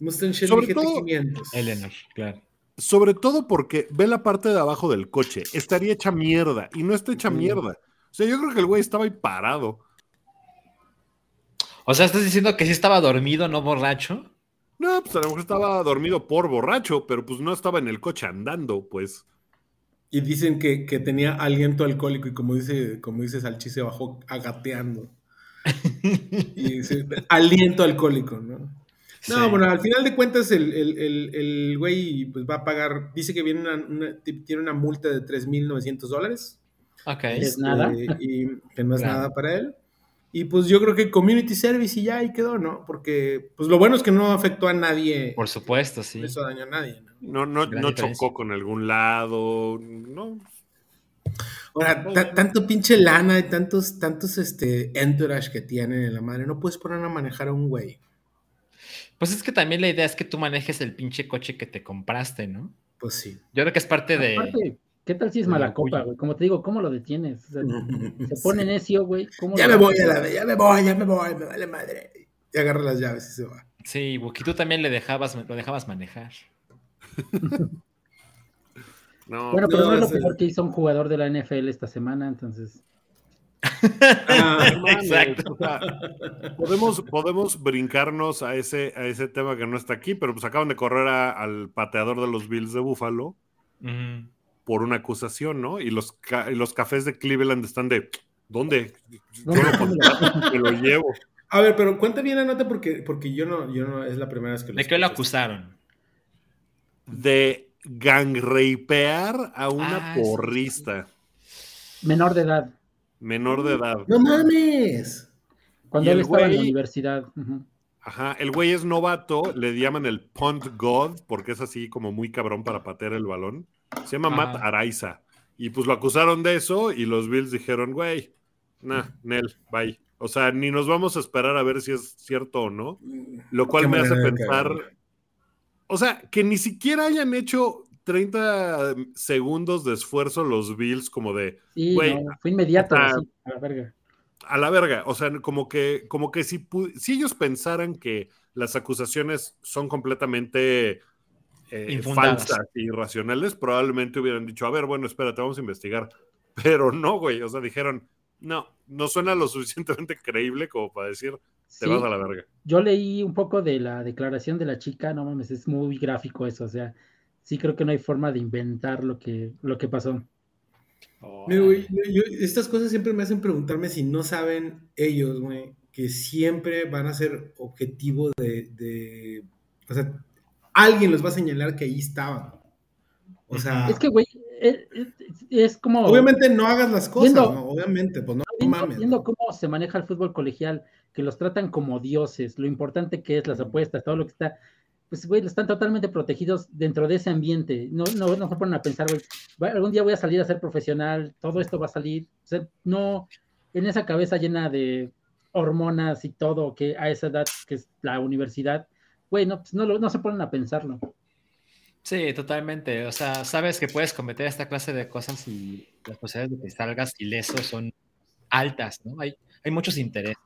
Mustang Shelby
Sobre todo-
GT500.
Eleanor, claro.
Sobre todo porque ve la parte de abajo del coche. Estaría hecha mierda. Y no está hecha
Ujú.
mierda. O sea, yo creo que el güey estaba ahí parado.
O sea, estás diciendo que sí estaba dormido, no borracho.
No, pues a lo mejor estaba dormido por borracho, pero pues no estaba en el coche andando, pues.
Y dicen que, que tenía aliento alcohólico y como dice, como dice Salchi, se bajó agateando.
(laughs)
Y dice, aliento alcohólico, ¿no? No,
Sí.
bueno, al final de cuentas el, el- el- el güey pues, va a pagar, dice que viene una, una- tiene una multa de 3.900 dólares. Este,
Ok.
Es nada.
Y que no es
Claro.
nada para él. Y pues yo creo que community service y ya ahí quedó, ¿no? Porque pues lo bueno es que no afectó a nadie,
Por supuesto,
no
sí.
hizo daño a nadie, ¿no?
No, no,
Gran
no
diferencia.
chocó con algún lado. No.
Ahora, ta- tanto pinche lana y tantos, tantos este, entourage que tienen en la madre, no puedes poner a manejar a un güey.
Pues es que también la idea es que tú manejes el pinche coche que te compraste, ¿no?
(laughs)
Pues sí.
Yo creo que es parte de.
Aparte, ¿qué tal si es
de
mala
la
copa,
cuya.
güey? Como te digo, ¿cómo lo detienes? O sea, se pone necio, güey. ¿cómo
Ya
lo-
me voy, a la, ya me voy, ya me voy, me vale madre. Y agarra las llaves y se va.
Sí, Wookie, tú también le dejabas, lo dejabas manejar.
No.
Bueno, pero
No,
no es lo
ese-
peor que hizo un jugador de la NFL esta semana, entonces.
Ah,
no mames, pues, o sea, podemos, podemos brincarnos a ese, a ese tema que no está aquí, pero pues acaban de correr a- al pateador de los Bills de Buffalo
Ujú.
por una acusación, ¿no? Y los, ca- y los cafés de Cleveland están de ¿dónde? Yo lo contrato, me lo llevo.
A ver, pero cuenta bien la nota porque, porque yo no, yo no es la primera vez que lo
¿De qué lo
escucho.
acusaron?
De gangrapear a una
Ah, sí, sí, sí.
porrista
Menor de edad.
menor de edad.
¡No mames!
Cuando
Y
él
el
estaba en la
güey-
universidad. ujú.
Ajá, el güey es novato, le llaman el punt god porque es así como muy cabrón para patear el balón. Se llama
Ajá.
Matt Araiza. Y pues lo acusaron de eso y los Bills dijeron, güey, nah, Nel, bye. O sea, ni nos vamos a esperar a ver si es cierto o no. Lo
Qué
cual me hace
manera de
pensar,
cagar.
o sea, que ni siquiera hayan hecho 30 segundos de esfuerzo los Bills como de,
Sí,
Güey,
no, fue inmediato,
ah,
así, a la verga.
a la verga. O sea, como que, como que si, pu- si ellos pensaran que las acusaciones son completamente eh,
Infundadas.
falsas e irracionales, probablemente hubieran dicho, a ver, bueno, espérate, vamos a investigar. (laughs) Pero no, güey. O sea, dijeron, no, no suena lo (laughs) suficientemente creíble como para decir, te
Sí,
vas a la verga.
Yo leí un poco de la declaración de la chica, no mames, es muy gráfico eso, o sea, sí creo que no hay forma de inventar lo que, lo que pasó.
Mira, güey, yo- yo- estas cosas siempre me hacen preguntarme si no saben ellos, güey, que siempre van a ser objetivo de, de- O sea, alguien los va a señalar que ahí estaban. O sea,
Es que, güey, eh, eh, es, como...
Ah. obviamente no hagas las cosas,
Viendo-
¿no? Obviamente, pues no, no
viendo,
mames.
viendo
¿no?
cómo se maneja el fútbol colegial, que los tratan como dioses, lo importante que es las apuestas, todo lo que está, pues, güey, están totalmente protegidos dentro de ese ambiente. No, no, no se ponen a pensar, güey, va- algún día voy a salir a ser profesional, todo esto va a salir. O sea, no, en esa cabeza llena de hormonas y todo, que a esa edad, que es la universidad, güey, no, pues, no, lo- no se ponen a pensarlo.
Sí, totalmente. O sea, sabes que puedes cometer esta clase de cosas y las posibilidades de que salgas ileso son altas, ¿no? Hay, hay muchos intereses.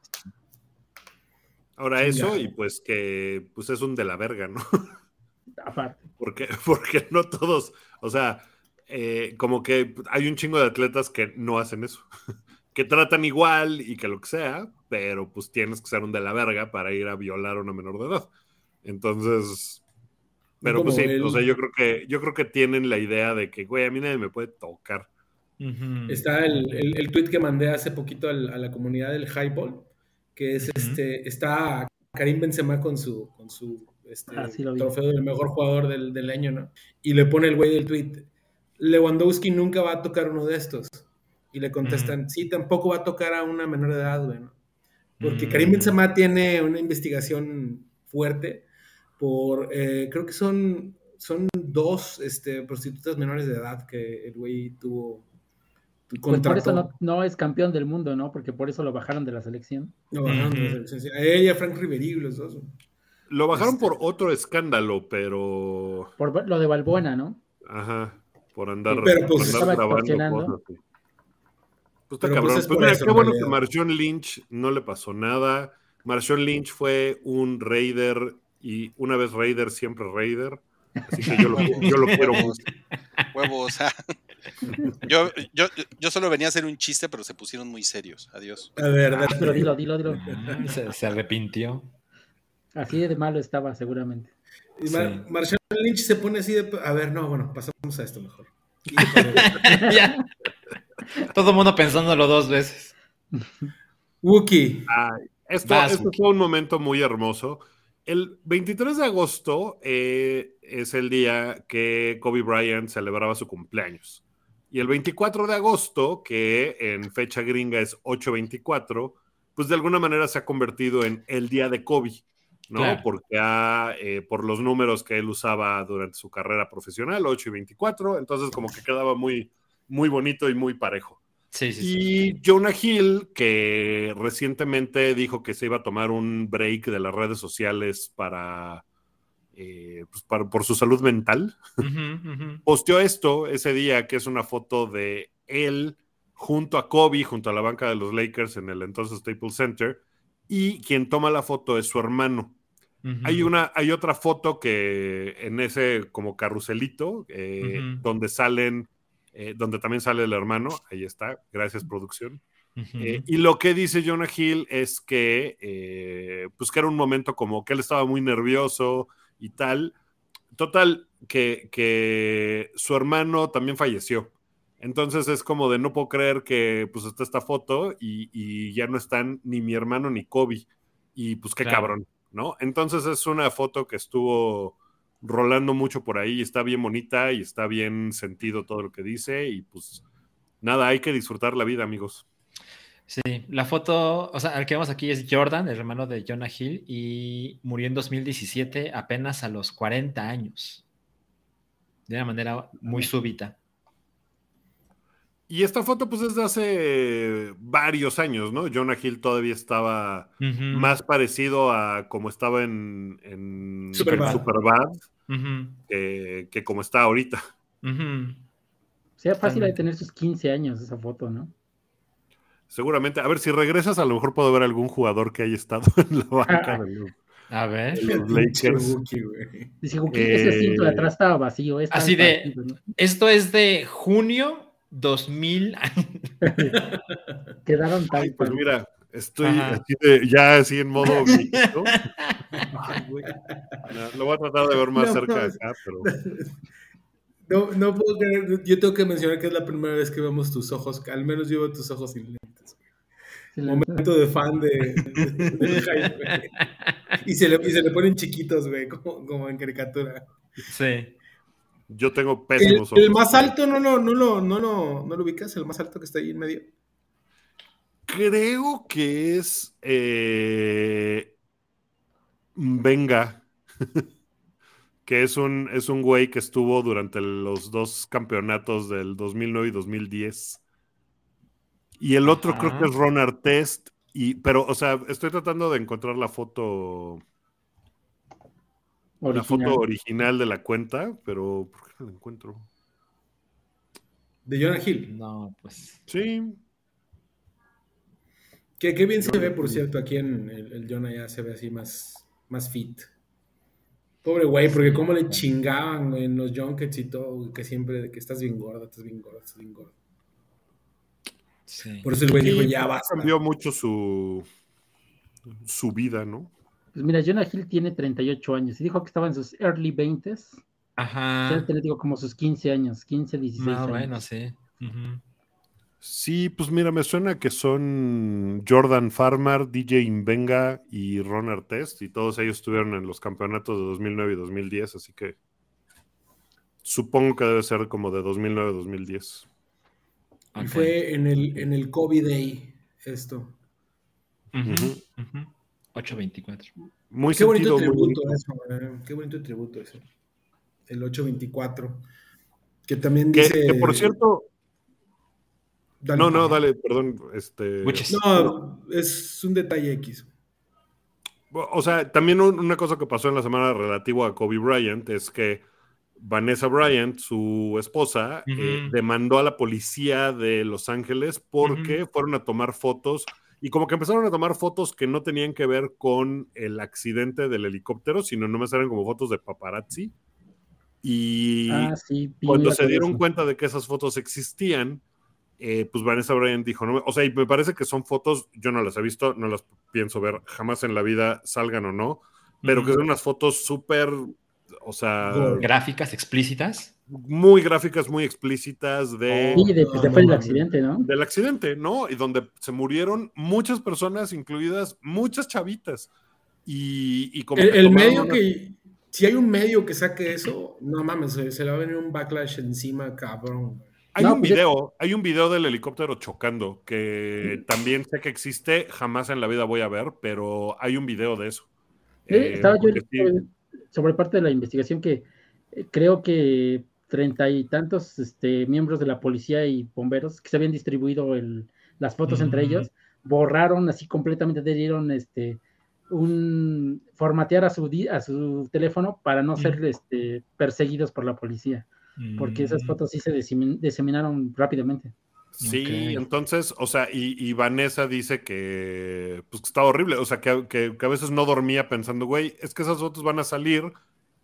Ahora eso, y pues que pues es un de la verga, ¿no?
Aparte.
Porque, (laughs) porque no todos, o sea, eh, como que hay un chingo de atletas que no hacen eso, (laughs) que tratan igual y que lo que sea, pero pues tienes que ser un de la verga para ir a violar a una menor de edad. Entonces, pero pues sí,
Como el-
o sea, yo creo que, yo creo que tienen la idea de que, güey, a mí nadie me puede tocar.
Mm.
Está el, el, el tweet que mandé hace poquito al- a la comunidad del Highball, que es
Ujú.
este, está Karim Benzema con su, con su este,
Ah, sí lo vi.
trofeo del mejor jugador del, del año, ¿no? Y le pone el güey del tweet, Lewandowski nunca va a tocar uno de estos. Y le contestan, sí, tampoco va a tocar a una menor de edad, güey, ¿no? Porque Karim Benzema tiene una investigación fuerte por, eh, creo que son, son dos este, prostitutas menores de edad que el güey tuvo. tu-
Pues por
contrató.
eso no, no es campeón del mundo, ¿no? Porque por eso lo bajaron de la selección.
No, bajaron de la
Ujú.
selección, sí. A ella, Frank Riverí, los dos.
Lo bajaron
Este-
por otro escándalo, pero...
Por ba- lo de Balbuena, ¿no?
Ajá, por andar,
Pero,
por andar
pues,
estaba
grabando
extorsionando.
cosas, sí. Pues está
Pero, pues,
cabrón.
es
Pues,
por
mira,
eso,
qué
en
bueno que
realidad.
Marshawn Lynch no le pasó nada. Marshawn Lynch fue un Raider y una vez Raider, siempre Raider. Así que yo lo, yo lo
(laughs)
quiero
Huevos.
mucho.
Huevos. ah. yo, yo, yo solo venía a hacer un chiste, pero se pusieron muy serios. Adiós.
A ver,
Ah,
Pero dilo,
(laughs)
dilo, dilo.
Ah, se, se arrepintió. (laughs)
Así de malo estaba, seguramente.
y Mar-
sí.
Marshall Lynch se pone así de. A ver, no, bueno, pasamos a esto mejor. Y-
Ya. Todo el mundo pensándolo dos veces.
(laughs) Wookie.
Ay, esto,
Vas,
esto
Wookie.
fue un momento muy hermoso. El 23 de agosto eh, es el día que Kobe Bryant celebraba su cumpleaños. Y el 24 de agosto, que en fecha gringa es 824, pues de alguna manera se ha convertido en el día de Kobe, ¿no?
Claro.
Porque ha, eh, por los números que él usaba durante su carrera profesional, 8 y 24, entonces como que quedaba muy, muy bonito y muy parejo.
Sí, sí, sí.
Y Jonah Hill, que recientemente dijo que se iba a tomar un break de las redes sociales para, eh, pues, para- por su salud mental,
Ujú, ujú.
posteó esto ese día, que es una foto de él junto a Kobe, junto a la banca de los Lakers en el entonces Staples Center, y quien toma la foto es su hermano.
Ujú.
Hay una, hay otra foto que en ese como carruselito, eh,
Ujú.
donde salen, eh, donde también sale el hermano, ahí está, gracias producción.
Ujú.
Eh, y lo que dice Jonah Hill es que, eh, pues que era un momento como que él estaba muy nervioso y tal. Total, que, que su hermano también falleció. Entonces es como de no puedo creer que pues está esta foto y, y ya no están ni mi hermano ni Kobe. Y pues qué
Claro.
cabrón, ¿no? Entonces es una foto que estuvo rolando mucho por ahí, y está bien bonita y está bien sentido todo lo que dice y pues nada, hay que disfrutar la vida, amigos.
Sí, la foto, o sea, el que vemos aquí es Jordan, el hermano de Jonah Hill, y murió en 2017 apenas a los 40 años. De una manera muy súbita.
Y esta foto, pues, es de hace varios años, ¿no? Jonah Hill todavía estaba
Ujú,
más parecido a como estaba en, en
Superbad.
Superbad,
ujú,
eh, que como está ahorita.
ujú.
O sea, fácil de
Totalmente.
tener sus 15 años esa foto, ¿no?
Seguramente, a ver, si regresas, a lo mejor puedo ver algún jugador que haya estado (laughs) en la banca
Ah,
de los,
A ver.
de los
Pinche
Lakers.
Wookie, güey.
Dice, "Ujú, ese cinto de
Eh,
atrás estaba vacío. es tan
así de-
parecido, ¿no?
Esto es de junio 2000.
Quedaron tal
Ay, pues
cual.
mira, estoy
Ajá.
así de- ya así en
(laughs)
modo viejito. Ay, güey. No, lo voy a tratar de ver más
No,
cerca
no.
de acá, pero
No, no puedo creer. Yo tengo que mencionar que es la primera vez que vemos tus ojos. que Al menos yo veo tus ojos sin lentes.
Sí, la-
Momento de fan de, de- del hype, güey. y, se le, y se le ponen chiquitos, güey, como, como en caricatura.
Sí.
yo tengo
El,
pésimos
el
ojos.
más alto no lo, no, lo, no, lo, no lo ubicas, el más alto que está ahí en medio.
Creo que es. eh, Venga. (laughs) que es un, es un güey que estuvo durante los dos campeonatos del 2009 y 2010. Y el otro
Ajá.
creo que es Ron Artest. Y, pero, o sea, estoy tratando de encontrar la foto. la foto original de la cuenta, pero ¿por qué no la encuentro?
De Jonah Hill.
No, pues.
Sí,
Que, que bien se ve, por cierto, aquí en el, el Jonah ya se ve así más, más fit. Pobre güey, porque cómo le chingaban güey, en los junkets y todo, que siempre de que estás bien gorda, estás bien gorda, estás bien gorda.
Sí.
Por eso el güey dijo,
Sí,
Pues ya basta.
cambió mucho su, su vida, ¿no?
Pues mira, Jonah Hill tiene 38 años y dijo que estaba en sus early 20s.
Ajá.
Ah.
Ya te le digo como sus 15 años, 15, 16
Más
años.
bueno, sí. Ujú.
Sí, pues mira, me suena que son Jordan Farmer, DJ Invenga y Ron Artest, y todos ellos estuvieron en los campeonatos de 2009 y 2010, así que supongo que debe ser como de 2009 a 2010.
Y
Ok.
Fue en el, en el COVID Day esto.
Ujú, ujú. 824.
Muy
Qué bonito
sentido, muy
tributo
bonito.
eso, güey. eh. Qué bonito tributo eso. El 824. Que también
Que,
dice.
que, por cierto,
dale,
no, no,
Pablo.
dale, perdón, este,
Buches.
No, es un detalle X.
O sea, también un- una cosa que pasó en la semana relativo a Kobe Bryant es que Vanessa Bryant, su esposa,
Ujú.
eh, demandó a la policía de Los Ángeles porque fueron a tomar fotos y como que empezaron a tomar fotos que no tenían que ver con el accidente del helicóptero, sino nomás eran como fotos de paparazzi. Y
Ah, sí, vi
cuando
la
se dieron
foto.
cuenta de que esas fotos existían, eh, pues Vanessa Bryant dijo, no, me- o sea, y me parece que son fotos, yo no las he visto, no las pienso ver jamás en la vida, salgan o no, pero
Ujú.
que son unas fotos súper, o sea,
Gore.
Gráficas explícitas.
muy gráficas, muy explícitas de,
Sí, de-
No,
después
no
del
mames.
accidente, ¿no?
del accidente, ¿no? Y donde se murieron muchas personas, incluidas muchas chavitas. Y, y como
El,
que
el
tomaron
medio
una-
que. Si hay un medio que saque eso, no mames, se, se le va a venir un backlash encima, cabrón.
Hay
No,
un
pues es-
video, hay un video del helicóptero chocando que también sé que existe, jamás en la vida voy a ver, pero hay un video de eso.
Sí,
Eh,
estaba yo
porque sí,
eh, sobre parte de la investigación que eh, creo que treinta y tantos este, miembros de la policía y bomberos que se habían distribuido el- las fotos entre
Ujú.
ellos, borraron así completamente, le dieron este un formatear a su di- a su teléfono para no ser
Ujú.
este, perseguidos por la policía, porque esas
Mm.
fotos sí se disemi- diseminaron rápidamente.
sí,
Ok.
entonces, o sea, y, y Vanessa dice que, pues, que estaba horrible, o sea, que, que- que a veces no dormía pensando, güey, es que esas fotos van a salir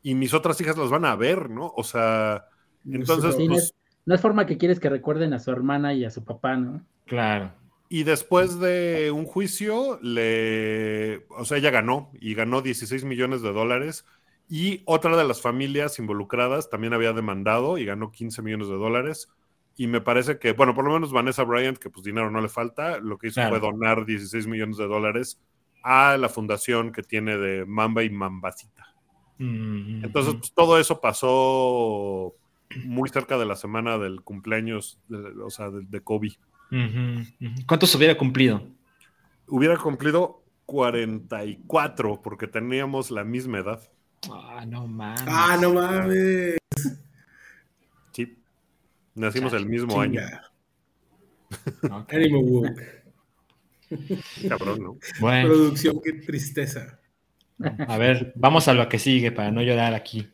y mis otras hijas las van a ver, ¿no? O sea, entonces,
Sí, no,
pues,
es, no es forma que quieres que recuerden a su hermana y a su papá, ¿no?
Claro.
Y después de un juicio, le, o sea, ella ganó y ganó 16 millones de dólares. Y otra de las familias involucradas también había demandado y ganó 15 millones de dólares. Y me parece que, bueno, por lo menos Vanessa Bryant, que pues dinero no le falta, lo que hizo
Claro.
fue donar 16 millones de dólares a la fundación que tiene de Mamba y Mambacita.
Mm,
Entonces,
ujú.
pues, todo eso pasó muy cerca de la semana del cumpleaños, de- o sea, de, de Kobe.
Ujú, ujú. ¿Cuántos hubiera cumplido?
hubiera cumplido 44 porque teníamos la misma edad.
Ah, no mames.
Ah, no mames.
Sí. Nacimos el mismo año.
Chinga.
Ok.
Ánimo, woke.
Cabrón, ¿no?
Bueno,
Producción, qué tristeza.
a ver, vamos a lo que sigue para no llorar aquí.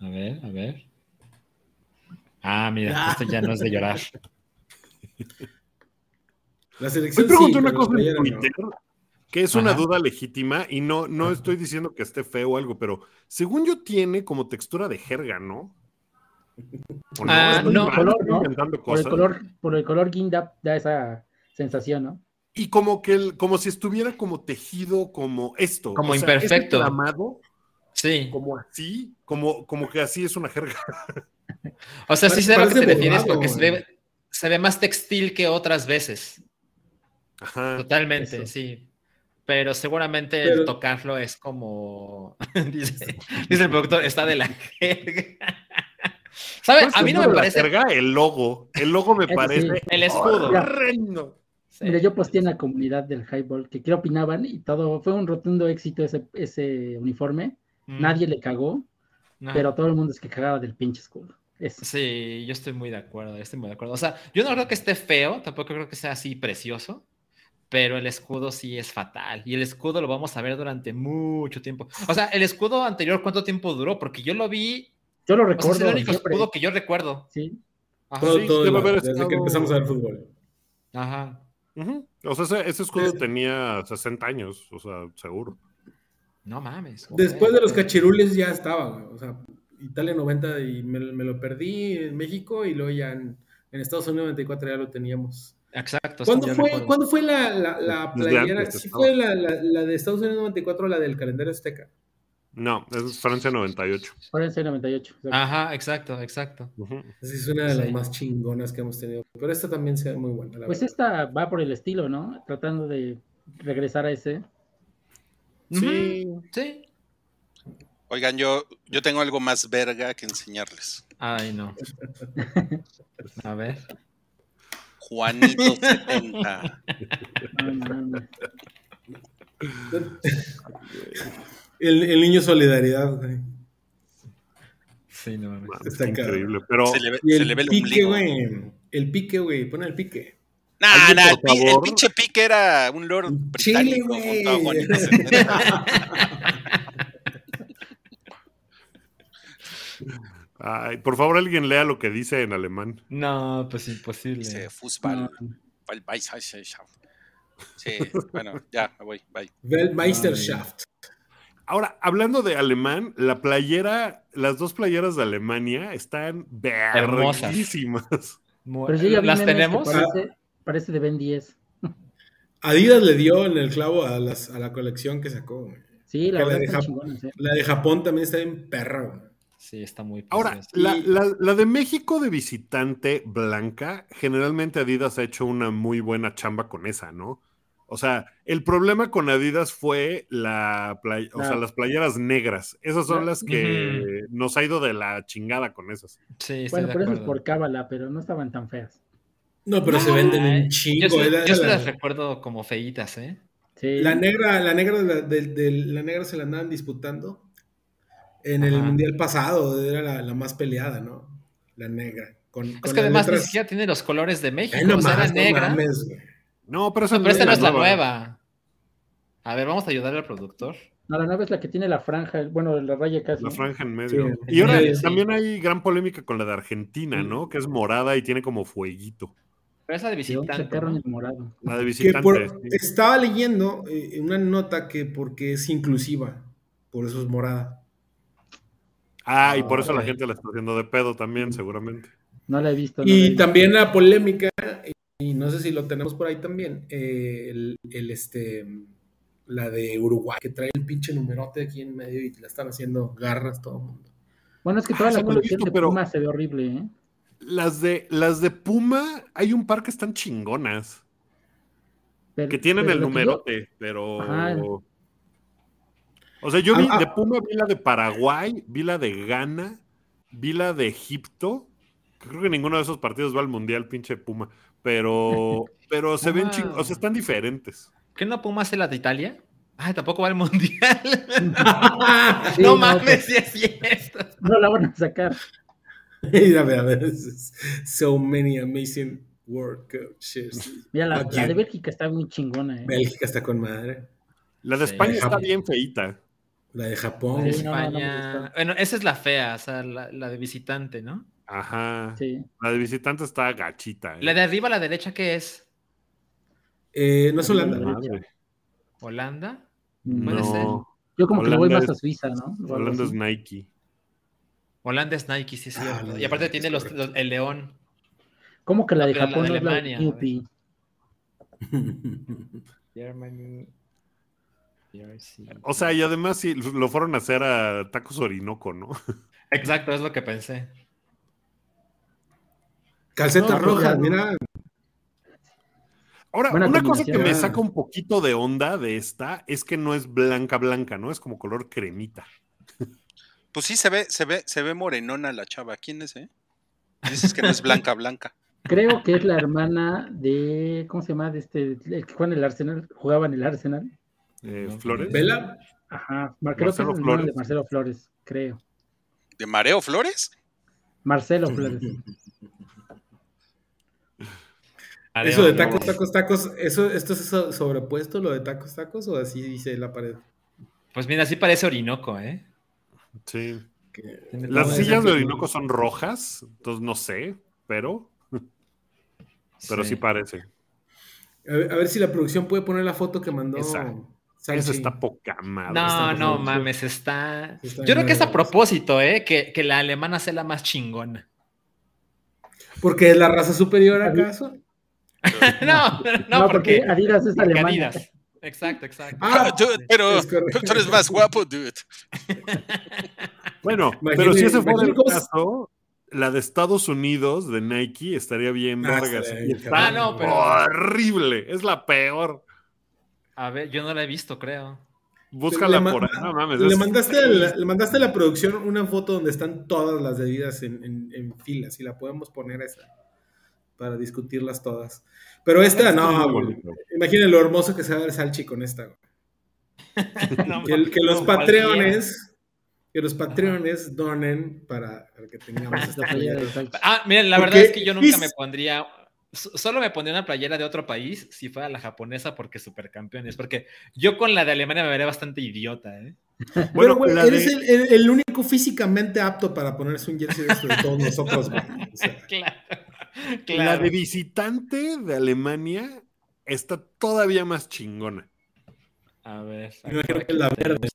A ver, a ver. Ah, mira,
Ah.
esto ya no es de llorar.
La
Me
selección.
pregunté
sí,
una
pero
cosa
la
en
playera no.
Twitter que es una
Ajá.
duda legítima y no, no
Ajá.
estoy diciendo que esté feo o algo, pero según yo tiene como textura de jerga, ¿no? ¿O
Ah,
Estoy
no,
mal,
color,
estoy
¿no?
inventando
Por el
cosas.
color, por el color guinda da esa sensación, ¿no?
Y como que el- como si estuviera como tejido como esto.
Como
es
imperfecto.
inflamado,
Sí.
como así, como, como que así es una jerga.
O sea, sí sé a lo que
Parece
te refieres
borrado,
porque se
güey.
ve, se ve más (laughs) textil que otras veces.
Ajá.
Totalmente,
Eso.
sí. Pero seguramente
Pero-
el tocarlo es como. (laughs) dice, dice el productor, está de la jerga. (laughs) ¿Sabes? A mí no me
Seguro la
parece.
jerga, el logo. El logo me
Eso sí.
parece
El escudo.
Mira.
horrendo.
Sí.
Mira, yo pues posteé en la comunidad del highball que qué opinaban y todo, fue un rotundo éxito ese, ese uniforme,
Mm, Ah.
nadie le cagó,
no.
pero todo el mundo es que cagaba del pinche escudo. Eso.
Sí, yo estoy muy de acuerdo, estoy muy de acuerdo. O sea, yo no creo que esté feo, tampoco creo que sea así precioso, pero el escudo sí es fatal. Y el escudo lo vamos a ver durante mucho tiempo. O sea, el escudo anterior, ¿cuánto tiempo duró? Porque yo lo vi.
Yo lo
o sea,
recuerdo.
es el único
siempre.
escudo que yo recuerdo.
Sí.
Ajá.
Todo,
sí,
todo el
debe
año,
haber
desde
estado-
que empezamos a ver fútbol.
Ajá.
Ujú. O sea, ese, ese escudo tenía 60 años, o sea, seguro.
No mames. ok.
Después de los cachirules ya estaba, güey. O sea, Italia 90 y me, me lo perdí en México y luego ya en, en Estados Unidos 94 ya lo teníamos.
Exacto.
¿Cuándo
sí, yo
fue,
recuerdo.
¿Cuándo fue la, la, la
Desde
playera?
antes
¿Sí
estaba.
fue la, la- la de Estados Unidos 94 o la del calendario azteca?
No, es Francia 98.
Ahora en 98. o sea,
Ajá, exacto, exacto.
Ujú.
Esa es una de las
Sí.
más chingonas que hemos tenido. Pero esta también se ve muy buena, la
pues
verdad.
esta va por el estilo, ¿no? Tratando de regresar a ese.
Sí.
Ujú, Sí.
Oigan, yo, yo tengo algo más verga que enseñarles.
Ay,
(laughs)
no. A ver.
Juanito 70.
No, no, no.
El, el niño solidaridad, güey.
Sí, no mames.
Mames,
Está
qué
cabrón.
increíble. Pero
Se le ve,
Y
se le
el
ve el
pique,
ombligo.
güey. El pique, güey. Pon el pique.
(laughs) Nah,
Alguien,
nah,
por
el, pi- el
favor.
pinche pique era un lord
Chile,
británico
güey.
junto a
(laughs)
Juanito 70.
ay, por favor, alguien lea lo que dice en alemán.
No, pues imposible.
Dice, Fußball. Ball- Ball- Sí, bueno, ya, me voy, bye.
Weltmeisterschaft.
Ahora, hablando de alemán, la playera, las dos playeras de Alemania están
Hermosas.
verguísimas.
Mu-
Pero yo ya vi
¿Las
memes que
tenemos?
Parece, parece de Ben 10.
Adidas le dio en el clavo a, las- a la colección que sacó, güey.
Sí,
Que
la
la
verdad
de
están
Japón.
chingones, ¿eh?
La de Japón también está bien perra, güey.
Sí, está muy
Ahora,
preciosa.
la,
Y-
la- la de México de visitante blanca, generalmente Adidas ha hecho una muy buena chamba con esa, ¿no? O sea, el problema con Adidas fue la play- o sea,
La-
las playeras negras. Esas son
La-
las que nos ha ido de la chingada con esas.
Sí, estoy
Bueno,
de
pero eso es
acuerdo.
por cábala, pero no estaban tan feas.
No, pero se venden
Ay,
un chingo.
Yo, sí-
eh, la,
yo sí
la-
las recuerdo como feitas, ¿eh?
Sí.
la negra, la negra, la, del- del- la negra se la andaban disputando en el
Ajá.
mundial pasado. Era la, la más peleada, ¿no? La negra. Con,
Es
con
que
las
además ni
letras-
siquiera tiene los colores de México.
Ay, no
o sea, era
más, no
negra.
mames, güey.
No, pero esa
pero esta no es la
nueva.
nueva. A ver, vamos a ayudarle al productor.
No, la nave es la que tiene la franja, bueno, la raya casi.
La
¿no?
franja en medio.
Sí,
y ahora
sí,
sí.
también hay gran polémica con la de Argentina, ¿no? Que es morada y tiene como fueguito.
Pero esa de
¿De dónde
visitante.
sacaron
¿no?
el morado?
La de
Que
visitante.
por-
sí.
estaba leyendo eh, una nota que porque es inclusiva, por eso es morada.
Ah, y por
Ah,
eso la
ok.
gente la está haciendo de pedo también, seguramente.
No la he visto. no la he
Y
visto.
también la polémica, y no sé si lo tenemos por ahí también, eh, el, el, este la de Uruguay, que trae el pinche numerote aquí en medio y la están haciendo garras todo el mundo. (laughs)
Bueno, es que
Ah,
toda
eso
la
no lo he
colección
visto,
de
pero-
Puma se ve horrible, ¿eh?
Las de, las de Puma, hay un par que están chingonas.
Pero-
Que tienen
pero
el
lo que yo-
numerote, pero.
Ajá.
O sea, yo vi
Ah, ah.
de Puma, vi la de Paraguay, vi la de Ghana, vi la de Egipto. que Creo que ninguno de esos partidos va al mundial, pinche Puma.
(laughs)
Pero, pero se ven
Wow.
chingos, o sea, están diferentes.
¿Qué no Puma hace la de Italia? Ay, tampoco va al mundial.
(laughs)
Sí,
no,
no,
pues.
mames, sí es cierto.
No la van a sacar.
Y a ver, a ver, es- es- so many amazing World Cup cheers.
Mira, la,
¿A
la
quién?
de Bélgica está muy chingona, ¿eh?
Bélgica está con madre.
La de
Sí.
España está
Japón.
bien feita.
La de
Sí,
Japón.
no,
güey.
no, no me
España.
gusta.
bueno, esa es la fea, o sea, la, la de visitante, ¿no?
Ajá.
Sí.
La de visitante está gachita. ¿eh?
La de arriba, a la derecha, ¿qué es?
Eh, no es Holanda.
Madre.
¿Holanda? Puede ser.
No,
Yo como que le voy
Holanda
más a
es-
Suiza, ¿no? O algo
Holanda es
así.
Nike.
Holanda es Nike, sí es
Ah,
cierto.
la de
y aparte
Nike,
tiene
es
los,
correcto.
los- el león.
¿Cómo que la de
pero la
Japón
de
no es la
Alemania,
de Yupi?
(laughs)
Germany. Jersey.
O sea, y además sí, pues, lo fueron a hacer a Tacos Orinoco, ¿no?
Exacto, es lo que pensé.
Calcetas
No, no,
rojas,
no.
mira.
Ahora,
Buena
una cosa que me
combinación.
saca un poquito de onda de esta es que no es blanca, blanca, ¿no? Es como color cremita.
Pues sí, se ve, se ve, se ve morenona la chava. ¿Quién es, eh? Dices que no es blanca, blanca.
Creo que es la hermana de... ¿Cómo se llama? De este... El que juega en el Arsenal. Jugaba en el Arsenal.
Eh,
No,
Flores.
Vela.
Ajá. Mar- creo que es
Marcelo
hermana de
Flores.
Marcelo Flores, creo.
¿De Mareo Flores?
Marcelo Flores.
Adiós,
Eso de
Lobo.
tacos, tacos, tacos, eso, ¿esto es so- sobrepuesto lo de tacos, tacos o así dice la pared?
Pues mira, sí parece Orinoco, ¿eh?
Sí.
Que-
Tiene
Las
todo
sí-
sillas
exacto.
de Orinoco son rojas, entonces no sé, pero,
eso.
pero sí. parece.
A ver, a ver si la producción puede poner la foto que mandó.
Esa.
Salchi.
Eso está poca madre.
No,
Está
no
bien.
mames, está.
Sí, está
Yo creo
bien,
que es a
bien.
propósito, ¿eh? Que, que la alemana sea la más chingona. (laughs)
Porque es la raza superior acaso.
No, no,
No, porque,
porque.
Adidas es
porque
alemana.
Adidas. Exacto, exacto.
(laughs)
Ah,
Dude, pero
es correcto.
tú eres
(laughs)
más guapo, dude.
Bueno,
Imagine-
pero si ese fuera el
imagine-
caso, la de Estados Unidos de Nike estaría bien
Ah,
vergas.
estaría
Y
bien,
está
Ah, no, pero-
horrible. Es la peor.
A ver, yo no la he visto, creo.
Búscala
Le ma-
por ahí. No mames.
Le
es-
mandaste, a la, le mandaste a la producción una foto donde están todas las bebidas en, en, en fila, si la podemos poner esa, para discutirlas todas. Pero
(laughs)
esta, no,
muy
güey.
bonito.
imaginen lo hermoso que se va a ver Salchi con esta. güey.
No,
Que, el- que los
no, cualquiera.
patreones, que los patreones donen para para que
(laughs)
tengamos esta
Salida
(laughs)
playera.
de Salchi.
Ah, miren, la verdad
Porque
es que yo nunca
es-
me pondría. so- Solo me pondría una playera de otro país si fuera la japonesa porque supercampeones. Porque yo con la de Alemania me vería bastante idiota, ¿eh?
Bueno,
Pero, güey,
la
eres
de-
el, el- el único físicamente apto para ponerse un jersey de estos de todos nosotros, güey. O
(laughs)
sea,
Claro.
La
claro.
de visitante de Alemania está todavía más chingona.
A ver.
me imagino que la verde.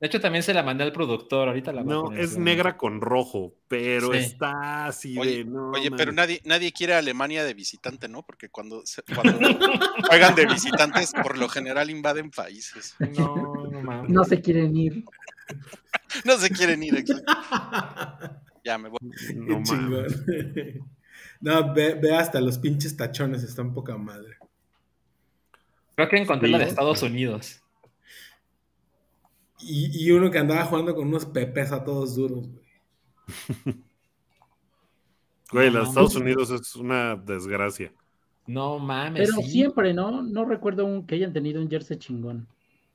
De hecho, también se la mandé al productor. Ahorita la voy a
No,
poner,
es
seguramente.
negra con rojo, pero
Sí.
está así
Oye,
de. No,
Oye,
mames.
pero nadie, nadie quiere a Alemania de visitante, ¿no? Porque cuando, se- cuando (laughs) juegan de visitantes, por lo general invaden países. (laughs)
No, no mames.
No se quieren ir.
No se quieren ir. exacto. Ya me voy.
No
Qué
mames.
chingón. (laughs) No, ve, ve hasta los pinches tachones, están poca madre.
Creo que encontré la de
Sí.
Estados Unidos.
Y, y uno que andaba jugando con unos pepes a todos duros, güey.
Güey,
No
la de
mames.
Estados Unidos es una desgracia.
No mames.
Pues
Pero
sí.
siempre, ¿no? No recuerdo un- que hayan tenido un jersey chingón.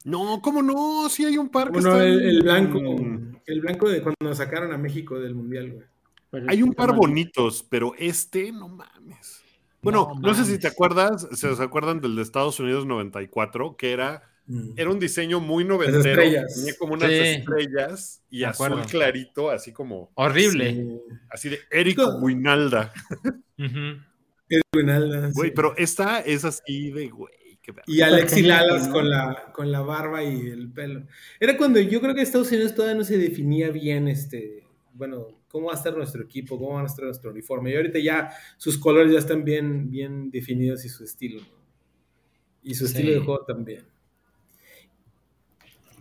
No, ¿cómo no? Sí hay un par que
Uno,
están-
el, el blanco,
Mm.
el blanco de cuando nos sacaron a México del Mundial, güey.
pero
Hay un
está
par
mal.
bonitos, pero este, no mames. Bueno, no,
No
sé si te
mames.
acuerdas, se os acuerdan del de Estados Unidos 94, que era,
Mm.
era un diseño muy noventero.
Las estrellas.
Tenía como unas
Sí.
estrellas y
De
azul
acuerdo.
clarito, así como,
Horrible.
así de Eric
No.
Winalda.
Ujú.
Güey, pero esta es así de, güey, qué verga.
Y Alexi
Tenía que,
Lalas
¿no?
con la, con la barba y el pelo. Era cuando yo creo que Estados Unidos todavía no se definía bien este, bueno, cómo va a estar nuestro equipo, cómo va a estar nuestro uniforme. Y ahorita ya sus colores ya están bien, bien definidos y su estilo. ¿no? Y su estilo
Sí.
de juego también.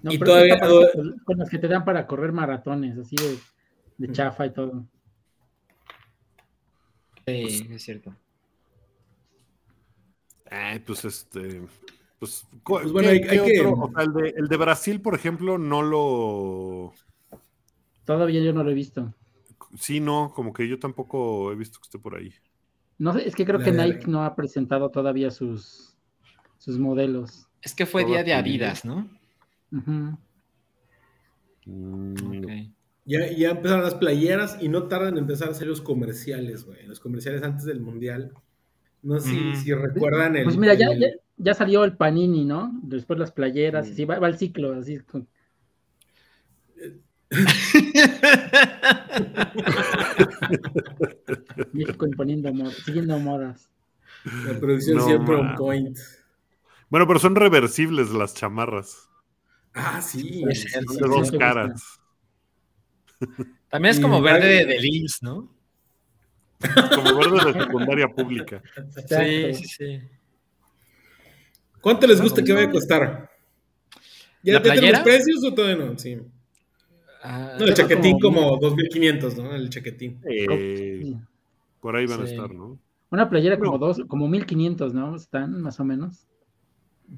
No,
Y
pero es que
todavía-
está
todavía-
con- con los que te dan para correr maratones, así de, de chafa y todo.
Sí, es cierto.
Ay, pues este. Pues,
Pues bueno, hay- hay que-
otro? O sea, el, de, el de Brasil, por ejemplo, no lo.
Todavía yo no lo he visto.
Sí, no, como que yo tampoco he visto que esté por ahí.
No sé, es que creo
La
que
de-
Nike no ha presentado todavía sus, sus modelos.
Es que fue
Todo
día de
aquí.
Adidas, ¿no?
Ujú.
Mm,
Ok.
Ya, ya empezaron las playeras y no tardan en empezar a hacer los comerciales, güey. Los comerciales antes del Mundial. No sé si-
Ujú.
si, recuerdan el...
Pues mira, ya,
el-
ya, ya salió el panini, ¿no? Después las playeras, así va, va el ciclo, así. con- México imponiendo moda, siguiendo modas.
La producción
No,
siempre
ma.
on point.
Bueno, pero son reversibles las chamarras.
Ah,
Pues
sí.
Puede ser,
sí,
Son
sí,
de
sí,
dos
sí,
caras.
También es
Y
como verde
Nike-
de IMSS, ¿no?
Como verde de secundaria pública.
Exacto.
Sí, sí, sí.
¿Cuánto les gusta que vaya a costar? ¿Ya
¿La
te tienen los
playera?
precios o todavía no? Sí. No,
Ah,
el
creo
chaquetín
como-
como 2.500, ¿no? El chaquetín.
Eh,
Sí.
por ahí van
Sí.
a estar, ¿no?
Una playera como
No.
dos, como 1500, ¿no? Están más o menos.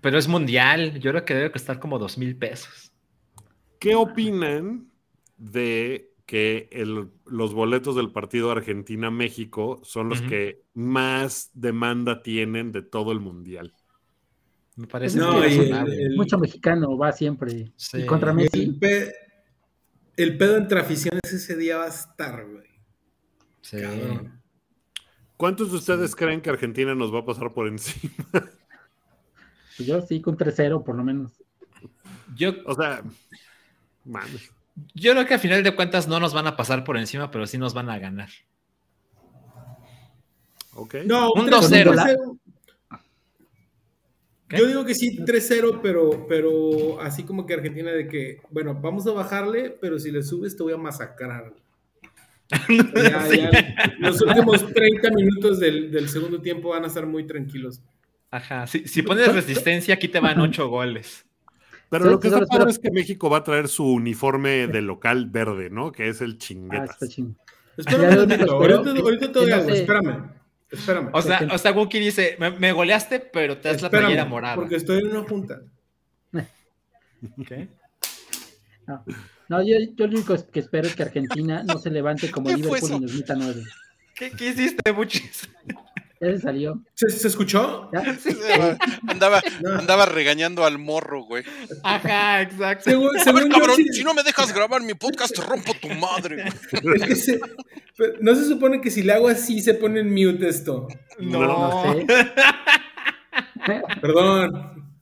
pero es mundial. Yo creo que debe costar como dos mil pesos.
¿Qué opinan de que el- los boletos del partido Argentina-México son los
Ujú.
que más demanda tienen de todo el mundial?
Me parece
No,
muy
y el-
razonable.
el-
Mucho mexicano va siempre.
Sí.
Y contra
El,
Messi.
pe- el pedo entre aficiones ese día va a estar, güey.
Sí.
Cabrón.
¿Cuántos de ustedes creen que Argentina nos va a pasar por encima? (laughs)
Yo sí, con 3-0 por lo menos.
Yo,
O sea, mames.
yo creo que al final de cuentas no nos van a pasar por encima, pero sí nos van a ganar.
Ok.
No,
Un
3-0.
2-0.
¿Qué?
Yo digo que sí, 3-0, pero, pero así como que Argentina de que, bueno, vamos a bajarle, pero si le subes te voy
(laughs)
a masacrar. Ya, ya, los últimos 30 minutos del, del segundo tiempo van a estar muy tranquilos.
Ajá, si, si pones resistencia, aquí te van ocho goles.
Pero
Sí,
lo que
sí,
está
no, espera.
padre es que México va a traer su uniforme de local verde, ¿no? Que es el
Ah,
chinguetas.
está chingón.
Espérame
Ya,
un ratito,
pero-
ahorita, ahorita te doy
que no
algo,
sé.
espérame. Espérame.
O sea,
Porque-
o sea Wookie dice, me, me goleaste, pero te das la
Espérame,
playera morada.
Porque estoy en una junta.
¿Qué?
No, yo, yo lo único es- que espero es que Argentina no se levante como
¿Qué fue
Liverpool en 2009.
¿Qué, qué hiciste, Buchis?
Ya se salió.
¿Se,
(laughs)
se escuchó?
¿ya?
Andaba,
No.
andaba regañando al morro, güey.
(laughs) Ajá, exacto.
Según,
A ver,
según yo,
cabrón,
sí-
si no me dejas grabar mi podcast, te rompo tu madre. güey.
es que se- pero no se supone que si le hago así se pone en mute esto.
No,
No sé.
Perdón,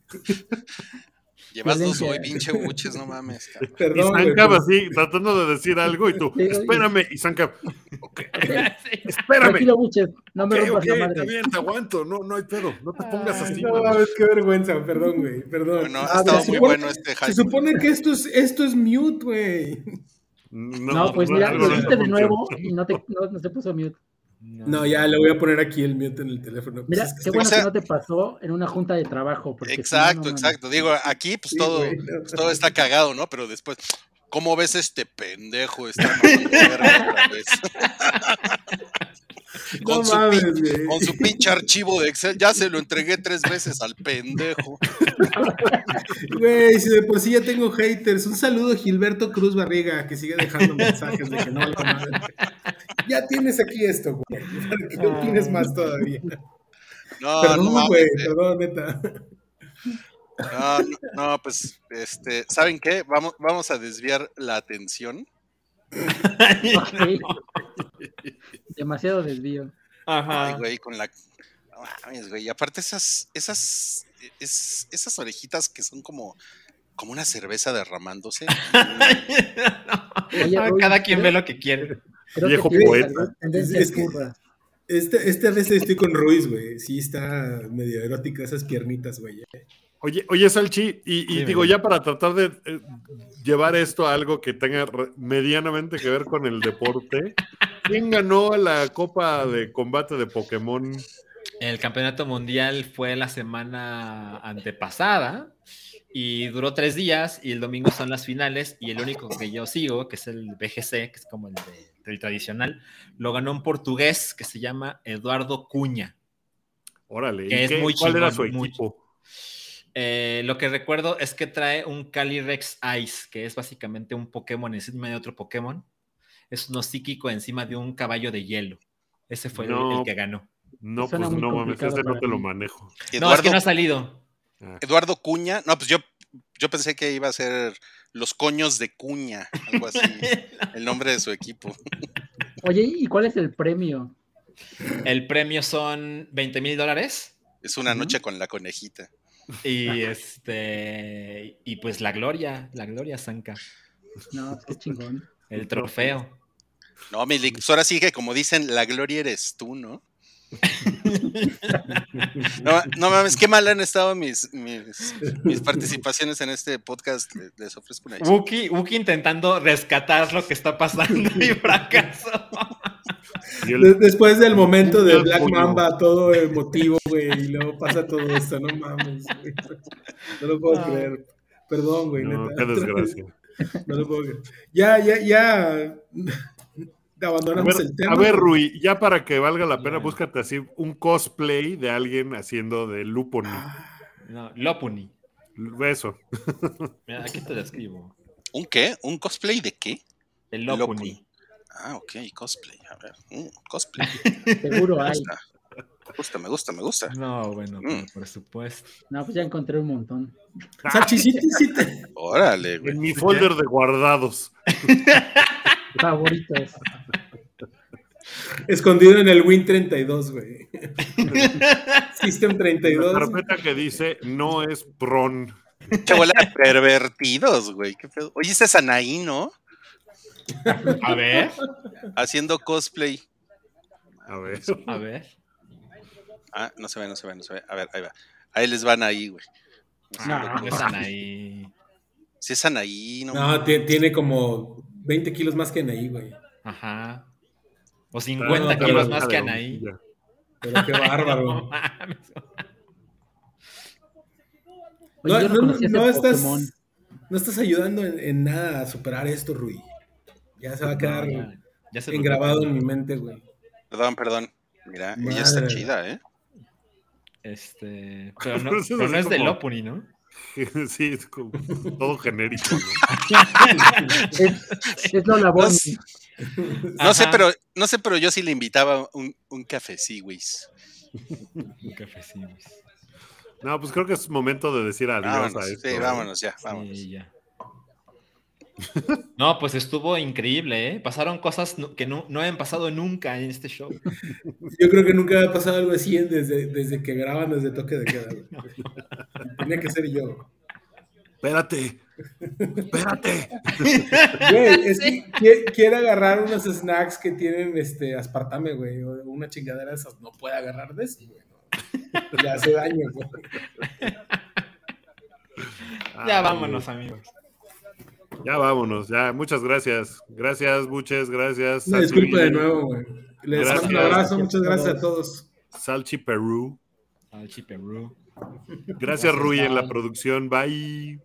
Llevas dos
Violencia.
hoy, pinche buches, no mames.
(laughs)
cabrón.
Y
perdón. güey,
Zancab
pero-
así, tratando de decir algo, y tú,
Sí, oye.
espérame, y Zancab,
(laughs) Sí.
espérame.
Tranquilo, Buches, no me
Ok,
rompas
ok,
la
está
madre.
bien, te aguanto, no, no hay pedo, no te pongas
Ay,
así.
No,
mano.
mames, qué vergüenza, perdón, güey, perdón.
Bueno,
Ah,
ha estado
se
muy
supone-
bueno este
Se
hype.
supone que esto es, esto es mute, güey.
No,
No, pues mira,
algo
lo
no
hiciste de
funciona.
nuevo y no, te, no, no se puso mute.
No, ya le voy a poner aquí el mute en el teléfono. Pues
Mira,
es que
qué
estoy-
bueno
O sea-
que no te pasó en una junta de trabajo. Porque si no,
Exacto,
no, no, no.
exacto. Digo, aquí pues
Sí,
todo,
güey, no.
pues, todo está cagado, ¿no? Pero después, ¿cómo ves este pendejo? Está mamando verga otra
(laughs)
vez.
No
con, su
mames,
pin-
güey.
con su pinche archivo de Excel, ya se lo entregué tres veces al pendejo.
Güey, si de por sí ya tengo haters. Un saludo a Gilberto Cruz Barriga, que sigue dejando mensajes de que no valgo madre. Ya tienes aquí esto, güey. para que no opines más todavía?
No, no,
(laughs) perdón,
mames,
güey,
eh.
perdón, neta.
No, no, no, pues, este, ¿saben qué? Vamos, vamos a desviar la atención.
(laughs) Ok. Demasiado desvío.
Ah.
Ajá.
Ay, güey, con la. No mames, güey. Y aparte esas, esas, es- esas orejitas que son como, como una cerveza derramándose.
Oye,
Ah,
Rui,
Cada quien
creo-
ve lo que quiere.
creo
Viejo
tienes
poeta.
alguna tendencia
Es que-
curva.
Esta, esta vez este, estoy con Ruiz, güey. Sí, está medio erótica esas piernitas, güey.
Oye, oye, Salchi, y, y
Dime.
digo, ya para tratar de eh, llevar esto a algo que tenga re- medianamente que ver con el deporte, ¿quién ganó la Copa de Combate de Pokémon?
El campeonato mundial fue la semana antepasada y duró tres días y el domingo son las finales y el único que yo sigo, que es el BGC, que es como el, de- el tradicional, lo ganó un portugués que se llama Eduardo Cuña.
Órale, ¿y
Que es
qué-
muy
¿cuál era su
chingón, muy
equipo?
Eh, lo que recuerdo es que trae un Calyrex Ice, que es básicamente un Pokémon encima de otro Pokémon. Es uno psíquico encima de un caballo de hielo. Ese fue el-
No.
el que ganó.
No,
Suena
pues
muy
no mames,
complicado
ese no
para
te lo
mí.
manejo.
Eduardo,
No, es que no ha salido.
Ah.
Eduardo Cuña. No, pues yo, yo pensé que iba a ser los coños de Cuña, algo así, el nombre de su equipo.
Oye, ¿y cuál es el premio?
El premio son 20 mil dólares
Es una
Ujú.
noche con la conejita.
y este y pues la gloria, la gloria Zanca,
No, qué chingón.
el trofeo.
No, Milik, pues ahora sí que como dicen, la gloria eres tú, ¿no? No, no mames, qué mal han estado mis, mis, mis participaciones en este podcast. le- Les ofrezco una disculpa.
Wookie, Wookie intentando rescatar lo que está pasando y fracaso.
Y el-
De- después del momento de
Dios
Black
mío.
Mamba, todo emotivo, güey, y luego pasa todo esto, no mames, güey. No lo puedo
Ah.
creer. Perdón, güey,
no,
neta.
qué desgracia.
(laughs)
No lo puedo creer. Ya, ya, ya. (laughs)
A
Abandonamos
ver,
el tema.
a ver, Rui, ya para que valga la pena,
Ya.
búscate así un cosplay de alguien haciendo de Luponi.
Ah,
No, Lopuni.
Eso.
Mira, aquí te describo.
¿Un qué? ¿Un cosplay de qué?
El
Lopuni.
Lopuni.
Ah, ok, cosplay. A ver, mm, cosplay.
Seguro
Me
hay.
gusta. Me gusta, me gusta, me gusta.
No, bueno,
Mm.
pero por supuesto.
No, pues ya encontré un montón.
Sachi, sí, te- sí te-
Órale, güey.
En mi folder de guardados.
Favoritos.
Escondido en el Win 32,
(laughs)
güey. System
La
32.
carpeta que dice no es pron.
Chabola de pervertidos, güey. Qué pedo. Oye, este es Anaí, ¿no?
A ver,
Haciendo cosplay.
A ver. (laughs)
a ver.
Ah, no se ve, no se ve, no se ve. A ver, ahí va. Ahí les van ahí, güey. Haciendo
No,
cosplay.
están ahí.
Si es Anaí, no.
No, ti- tiene como 20 kilos más que Anaí, güey.
Ajá. O
Está
50
en la
kilos
cabeza
más
de
que Anaí.
bombilla.
Pero qué bárbaro.
No
(laughs)
mames.
Oye,
No,
Pues yo no,
no-
conocía ese
no estás,
Pokémon.
no estás ayudando en, en nada a superar esto, Rui. Ya se va a quedar
Ya- ya se lo-
engrabado en mi mente, güey.
Perdón, perdón. Mira, ella está
Madre.
chida, ¿eh?
Este, pero no,
Pero (laughs) eso
pero
es
no es del
como-
Opuni, ¿no?
(laughs) Sí, es como todo genérico.
Es, es Lola Bonnie.
Los- No sé,
Ajá.
pero, no sé, pero yo sí le invitaba un, un café, sí, güey.
Un cafecito.
¿no? No, pues creo que es momento de decir adiós
Vámonos,
a esto.
sí, vámonos ya, vámonos.
Sí, ya. No, pues estuvo increíble, ¿eh? Pasaron cosas nu- que no, no habían pasado nunca en este show.
Yo creo que nunca ha pasado algo así en- desde, desde que graban desde toque de queda, güey. Tenía que ser yo.
Espérate. Espérate.
Güey, es que quie- quiere agarrar unos snacks que tienen este aspartame, güey, o una chingadera de esas. No puede agarrar de eso, güey. no. Le hace daño, güey.
Ya
Ay,
vámonos, amigos.
Ah, Ya vámonos, ya. Muchas gracias. Gracias, Buches. Gracias.
Una
Salchi-
disculpa de nuevo, güey. Les mando un
Gracias.
abrazo, muchas gracias a todos.
Salchi Perú.
Salchi Perú.
Gracias, Rui, en la
bye.
producción. Bye.